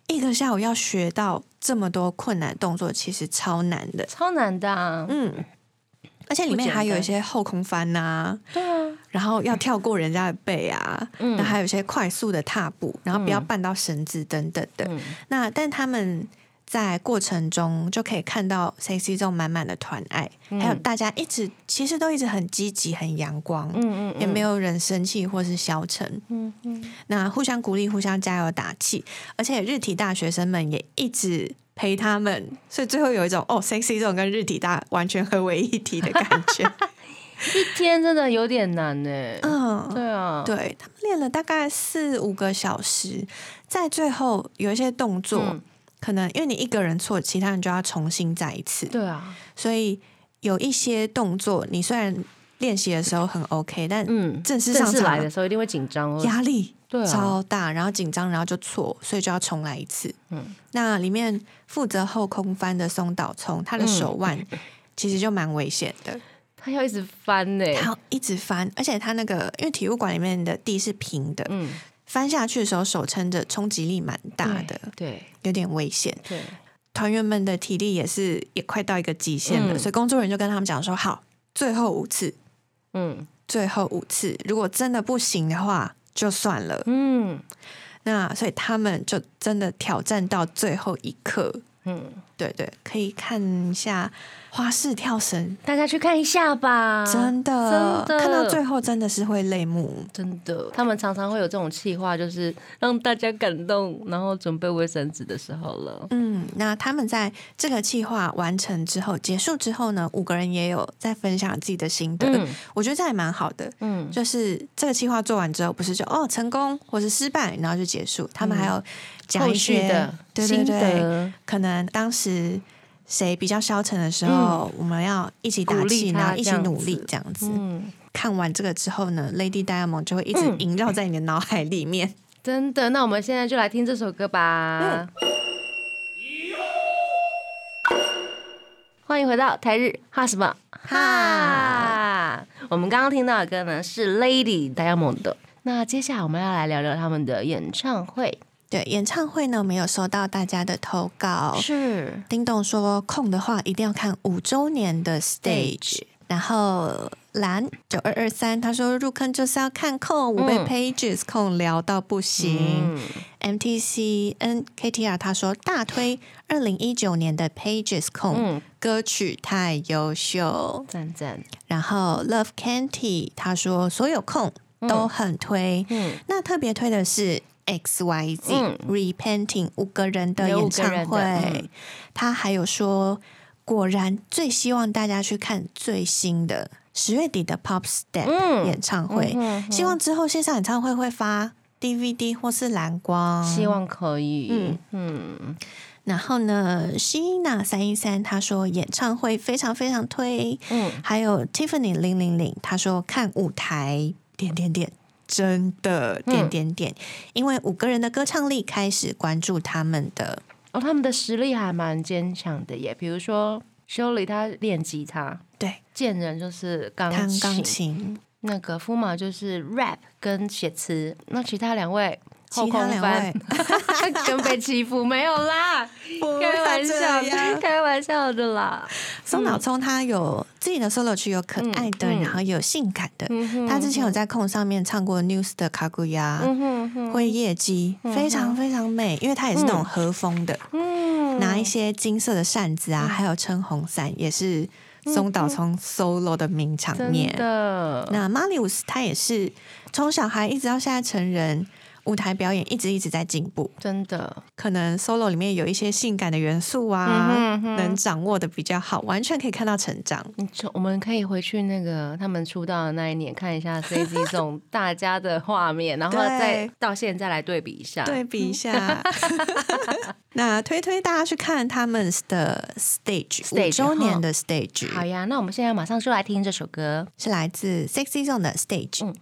Speaker 3: 一个下午要学到这么多困难动作，其实超难的。
Speaker 2: 超难的、啊。
Speaker 3: 嗯，而且里面还有一些后空翻呐、
Speaker 2: 对啊，
Speaker 3: 然后要跳过人家的背啊，
Speaker 2: 嗯
Speaker 3: 那、还有一些快速的踏步，然后不要绊到绳子等等的。
Speaker 2: 嗯
Speaker 3: 那但他们在过程中就可以看到 C C 这种满满的团爱，
Speaker 2: 嗯
Speaker 3: 还有大家一直其实都一直很积极、很阳光，
Speaker 2: 嗯嗯，
Speaker 3: 也没有人生气或是消沉。
Speaker 2: 嗯嗯，
Speaker 3: 那互相鼓励、互相加油打气，而且日体大学生们也一直陪他们，所以最后有一种哦，sexy 这种跟日体大完全合为一体的感
Speaker 2: [LAUGHS]
Speaker 3: 觉。
Speaker 2: 一天真的有点难呢、
Speaker 3: 嗯，
Speaker 2: [LAUGHS] 对啊，
Speaker 3: 对他们练了大概四五个小时，在最后有一些动作，
Speaker 2: 嗯
Speaker 3: 可能因为你一个人错，其他人就要重新再一次，
Speaker 2: 对啊，
Speaker 3: 所以有一些动作你虽然练习的时候很 OK，但
Speaker 2: 嗯，
Speaker 3: 正式
Speaker 2: 正
Speaker 3: 上
Speaker 2: 式来的
Speaker 3: 场
Speaker 2: 时候一定会紧张哦。
Speaker 3: 压力
Speaker 2: 对啊，
Speaker 3: 超大，然后紧张，然后就错，所以就要重来一次。
Speaker 2: 嗯
Speaker 3: 嗯，那里面负责后空翻的松岛聪，他的
Speaker 2: 嗯
Speaker 3: 手腕其实就蛮危险的，
Speaker 2: 他要一直翻呢、
Speaker 3: 他一直翻，而且他那个因为体育馆里面的地是平的，
Speaker 2: 嗯，
Speaker 3: 翻下去的时候手撑着，冲击力蛮大的，
Speaker 2: 对
Speaker 3: 有点危险。
Speaker 2: 对，
Speaker 3: 团员们的体力也是也快到一个极限了，
Speaker 2: 嗯
Speaker 3: 所以工作人员就跟他们讲说：“好，最后五次，
Speaker 2: 嗯
Speaker 3: 最后五次，如果真的不行的话，就算了。”
Speaker 2: 嗯
Speaker 3: 那所以他们就真的挑战到最后一刻。
Speaker 2: 嗯，
Speaker 3: 对对，可以看一下花式跳绳，
Speaker 2: 大家去看一下吧，
Speaker 3: 真的
Speaker 2: 啊真的
Speaker 3: 看到最后真的是会泪目。
Speaker 2: 真的，他们常常会有这种气话，就是让大家感动，然后准备卫生纸的时候了。
Speaker 3: 嗯，那他们在这个计划完成之后，结束之后呢，五个人也有在分享自己的心得，
Speaker 2: 嗯
Speaker 3: 我觉得这还蛮好的。
Speaker 2: 嗯，
Speaker 3: 就是这个计划做完之后，不是就哦成功或是失败，然后就结束，他们还有讲
Speaker 2: 嗯后
Speaker 3: 一
Speaker 2: 续
Speaker 3: 些
Speaker 2: 的
Speaker 3: 对对
Speaker 2: 心
Speaker 3: 对，
Speaker 2: 得，
Speaker 3: 可能当时谁比较消沉的时候，我们要一起打
Speaker 2: 鼓
Speaker 3: 气，
Speaker 2: 励他
Speaker 3: 然后一起
Speaker 2: 这样
Speaker 3: 努力
Speaker 2: 子
Speaker 3: 这样子。
Speaker 2: 嗯，
Speaker 3: 看完这个之后呢，Lady Diamond 就会一直
Speaker 2: 嗯
Speaker 3: 萦绕在你的脑海里面。
Speaker 2: 真的。那我们现在就来听这首歌吧。欢迎回到台日哈什么哈
Speaker 3: 哈？
Speaker 2: 我们刚刚听到的歌呢是 Lady Diamond 的。那接下来我们要来聊聊他们的演唱会，
Speaker 3: [LAUGHS] 对，演唱会呢，我们有收到大家的投
Speaker 2: 哦
Speaker 3: 稿。
Speaker 2: 是
Speaker 3: 叮咚说，空的话一定要看五周年的 stage。然后蓝九二二三他说入坑就是要看空，我被
Speaker 2: 嗯
Speaker 3: Pages 控聊到不行。MTCN KTR 他说大推二零一九年的 Pages 控、
Speaker 2: 嗯
Speaker 3: 歌曲太优秀，
Speaker 2: 赞赞，
Speaker 3: 然后 Love Candy 他说所有控都很推，
Speaker 2: 嗯
Speaker 3: 那特别推的是 X Y Z、
Speaker 2: 嗯
Speaker 3: Repenting 五个人的演唱
Speaker 2: 有五个
Speaker 3: 会，
Speaker 2: 人的嗯
Speaker 3: 他还有说果然最希望大家去看最新的十月底的 Pop Step
Speaker 2: 嗯
Speaker 3: 演唱会，
Speaker 2: 嗯哼
Speaker 3: 希望之后线上演唱会会发 DVD 或是蓝光，
Speaker 2: 希望可以，哦嗯
Speaker 3: 嗯
Speaker 2: 嗯
Speaker 3: 然后呢，希娜三一三她说演唱会非常非常推，
Speaker 2: 嗯，
Speaker 3: 还有 Tiffany 零零零她说看舞台点点点，真的
Speaker 2: 嗯
Speaker 3: 点点点，因为五个人的歌唱力开始关注他们的，
Speaker 2: 哦，他们的实力还蛮坚强的耶，比如说修理他练吉他，
Speaker 3: 对，
Speaker 2: 见人就是钢
Speaker 3: 弹
Speaker 2: 琴，
Speaker 3: 钢琴，
Speaker 2: 那个夫马就是 rap 跟写词，那其他两位后
Speaker 3: 其
Speaker 2: 空
Speaker 3: 他两
Speaker 2: 翻
Speaker 3: 位
Speaker 2: [LAUGHS] 跟被欺负没有啦，
Speaker 3: [LAUGHS] 不
Speaker 2: 开玩
Speaker 3: 要这
Speaker 2: 笑，
Speaker 3: 样
Speaker 2: 开玩笑的啦。
Speaker 3: 松岛聪他有自己的 solo 曲，有可爱的，
Speaker 2: 嗯嗯
Speaker 3: 然后有性感的，
Speaker 2: 嗯哼
Speaker 3: 他之前有在空上面唱过 News 的卡古亚。
Speaker 2: 嗯哼哼
Speaker 3: 灰夜姬非常非常美，因为它也是那种和风的，
Speaker 2: 嗯
Speaker 3: 拿一些金色的扇子啊，还有撑红伞，也是松岛聪 solo 的名场
Speaker 2: 嗯真
Speaker 3: 面。
Speaker 2: 的，
Speaker 3: 那马里乌斯他也是从小孩一直到现在成人，舞台表演一直一直在进步，
Speaker 2: 真的，
Speaker 3: 可能 solo 里面有一些性感的元素啊，
Speaker 2: 嗯哼哼
Speaker 3: 能掌握的比较好，完全可以看到成长。
Speaker 2: 你从我们可以回去那个他们出道的那一年看一下
Speaker 3: [LAUGHS]
Speaker 2: C G 种大家的画面，然后
Speaker 3: 对
Speaker 2: 再到现在来对比一下。
Speaker 3: 对，比
Speaker 2: [LAUGHS]
Speaker 3: 一下， [LAUGHS] 那推推大家去看他们的 stage 五
Speaker 2: Stage，哦
Speaker 3: 周年
Speaker 2: 哈
Speaker 3: 的 stage，
Speaker 2: 好呀，那我们现在马上就来听这首歌。
Speaker 3: 是来自 Sexy Zone 的 Stage。
Speaker 2: 嗯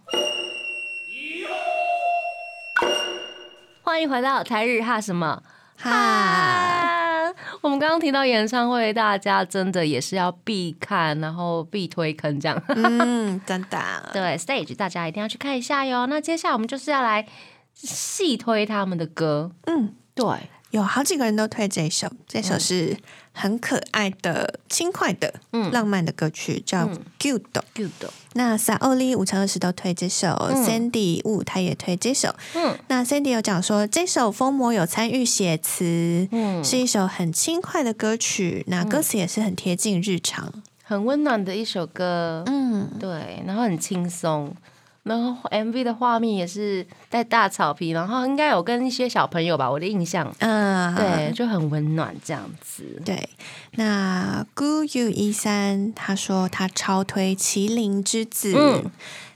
Speaker 2: 欢迎回到台日哈什么
Speaker 3: 哈，
Speaker 2: 啊！ [LAUGHS] 我们刚刚提到演唱会，大家真的也是要必看，然后必推坑这样。
Speaker 3: 嗯，真的，
Speaker 2: [LAUGHS] 对，stage 大家一定要去看一下哟。那接下来我们就是要来细推他们的歌，
Speaker 3: 嗯，
Speaker 2: 对，
Speaker 3: 有好几个人都推这一首，这首是很可爱的、轻快的、
Speaker 2: 嗯
Speaker 3: 浪漫的歌曲，叫《Good》。
Speaker 2: ，good，
Speaker 3: 那萨欧利五乘二十都推这首、c i n d y 五他也推这首。
Speaker 2: 嗯
Speaker 3: 那 Cindy 有讲说，这首《疯魔》有参与写词，
Speaker 2: 嗯，
Speaker 3: 是一首很轻快的歌曲，那歌词也是很贴近日常。
Speaker 2: 很温暖的一首歌，
Speaker 3: 嗯，
Speaker 2: 对，然后很轻松。然后 MV 的画面也是在大草皮，然后应该有跟一些小朋友吧，我的印象，
Speaker 3: 啊、
Speaker 2: 对，就很温暖这样子。
Speaker 3: 对，那 Gu Yu 一三他说他超推《麒麟之子》
Speaker 2: 嗯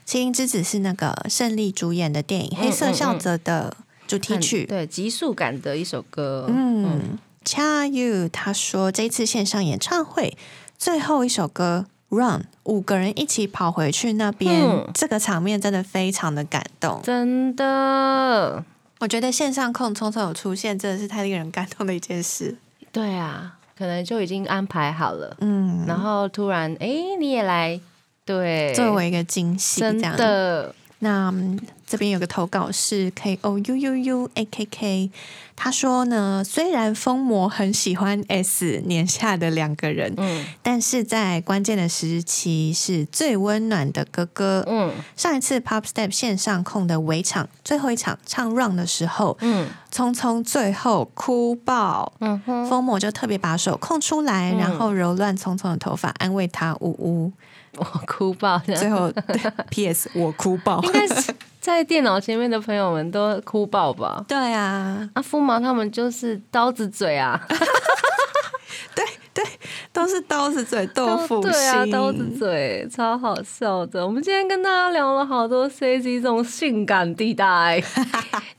Speaker 3: 麒麟之子》是那个胜利主演的电影《黑色笑泽》的主
Speaker 2: 嗯
Speaker 3: 题
Speaker 2: 很
Speaker 3: 曲。
Speaker 2: 对，急速感的一首歌，
Speaker 3: 嗯 c h a Yu 他说这次线上演唱会最后一首歌。Run，五个人一起跑回去那边，
Speaker 2: 嗯
Speaker 3: 这个场面真的非常的感动。
Speaker 2: 真的，
Speaker 3: 我觉得线上控匆匆有出现，真的是太令人感动的一件事。
Speaker 2: 对啊，可能就已经安排好了，
Speaker 3: 嗯，
Speaker 2: 然后突然，哎，你也来，对，
Speaker 3: 作为一个惊喜，这
Speaker 2: 真
Speaker 3: 样
Speaker 2: 的，
Speaker 3: 那、嗯这边有个投稿是 K O U U U A K K，他说呢，虽然疯魔很喜欢 S 年下的两个人，
Speaker 2: 嗯
Speaker 3: 但是在关键的时期是最温暖的哥哥。
Speaker 2: 嗯
Speaker 3: 上一次 Pop Step 线上控的围场最后一场唱 Run 的时候，
Speaker 2: 嗯
Speaker 3: 聪聪最后哭爆，
Speaker 2: 嗯哼，
Speaker 3: 疯魔就特别把手空出来，
Speaker 2: 嗯
Speaker 3: 然后揉乱聪聪的头发，安慰他，呜呜。
Speaker 2: 我哭爆这样
Speaker 3: 最后
Speaker 2: [LAUGHS]
Speaker 3: P.S. 我哭爆，
Speaker 2: 应该是在电脑前面的朋友们都哭爆吧？
Speaker 3: 对啊，
Speaker 2: 啊，锋芒他们就是刀子嘴啊，
Speaker 3: 对对，都是刀子嘴豆腐心。
Speaker 2: 对啊，刀子嘴，超好笑的。我们今天跟大家聊了好多 C G 这种性感地
Speaker 3: [LAUGHS]
Speaker 2: 带。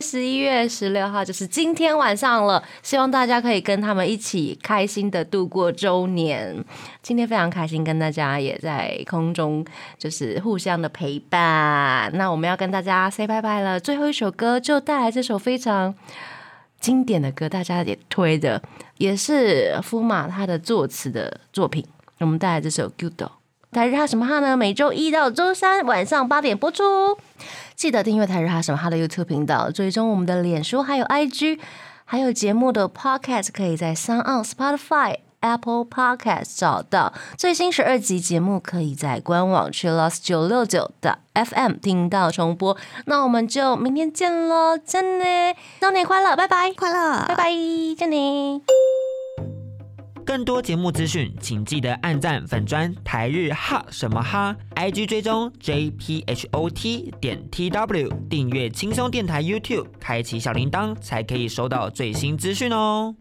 Speaker 2: 十一月十六号就是今天晚上了，希望大家可以跟他们一起开心的度过周年。今天非常开心，跟大家也在空中就是互相的陪伴。那我们要跟大家 say 拜拜了，最后一首歌就带来这首非常。经典的歌，大家也推的，也是夫马他的作词的作品。我们带来这首《Gudo》，台日哈什么哈呢？每周一到周三晚上八点播出。记得订阅台日哈什么哈的 YouTube 频道，追踪我们的脸书还有 IG，还有节目的 Podcast 可以在 s o n Spotify。Apple Podcast 找到最新十二集节目，可以在官网 Chillus 九六九的 FM 听到重播。那我们就明天见喽，真的，周年快乐，拜拜，
Speaker 3: 快乐，
Speaker 2: 拜拜，真的。
Speaker 4: 更多节目资讯，请记得按赞粉砖台日哈什么哈，IG 追踪 JPHOT 点 TW，订阅轻松电台 YouTube，开启小铃铛才可以收到最新资讯哦。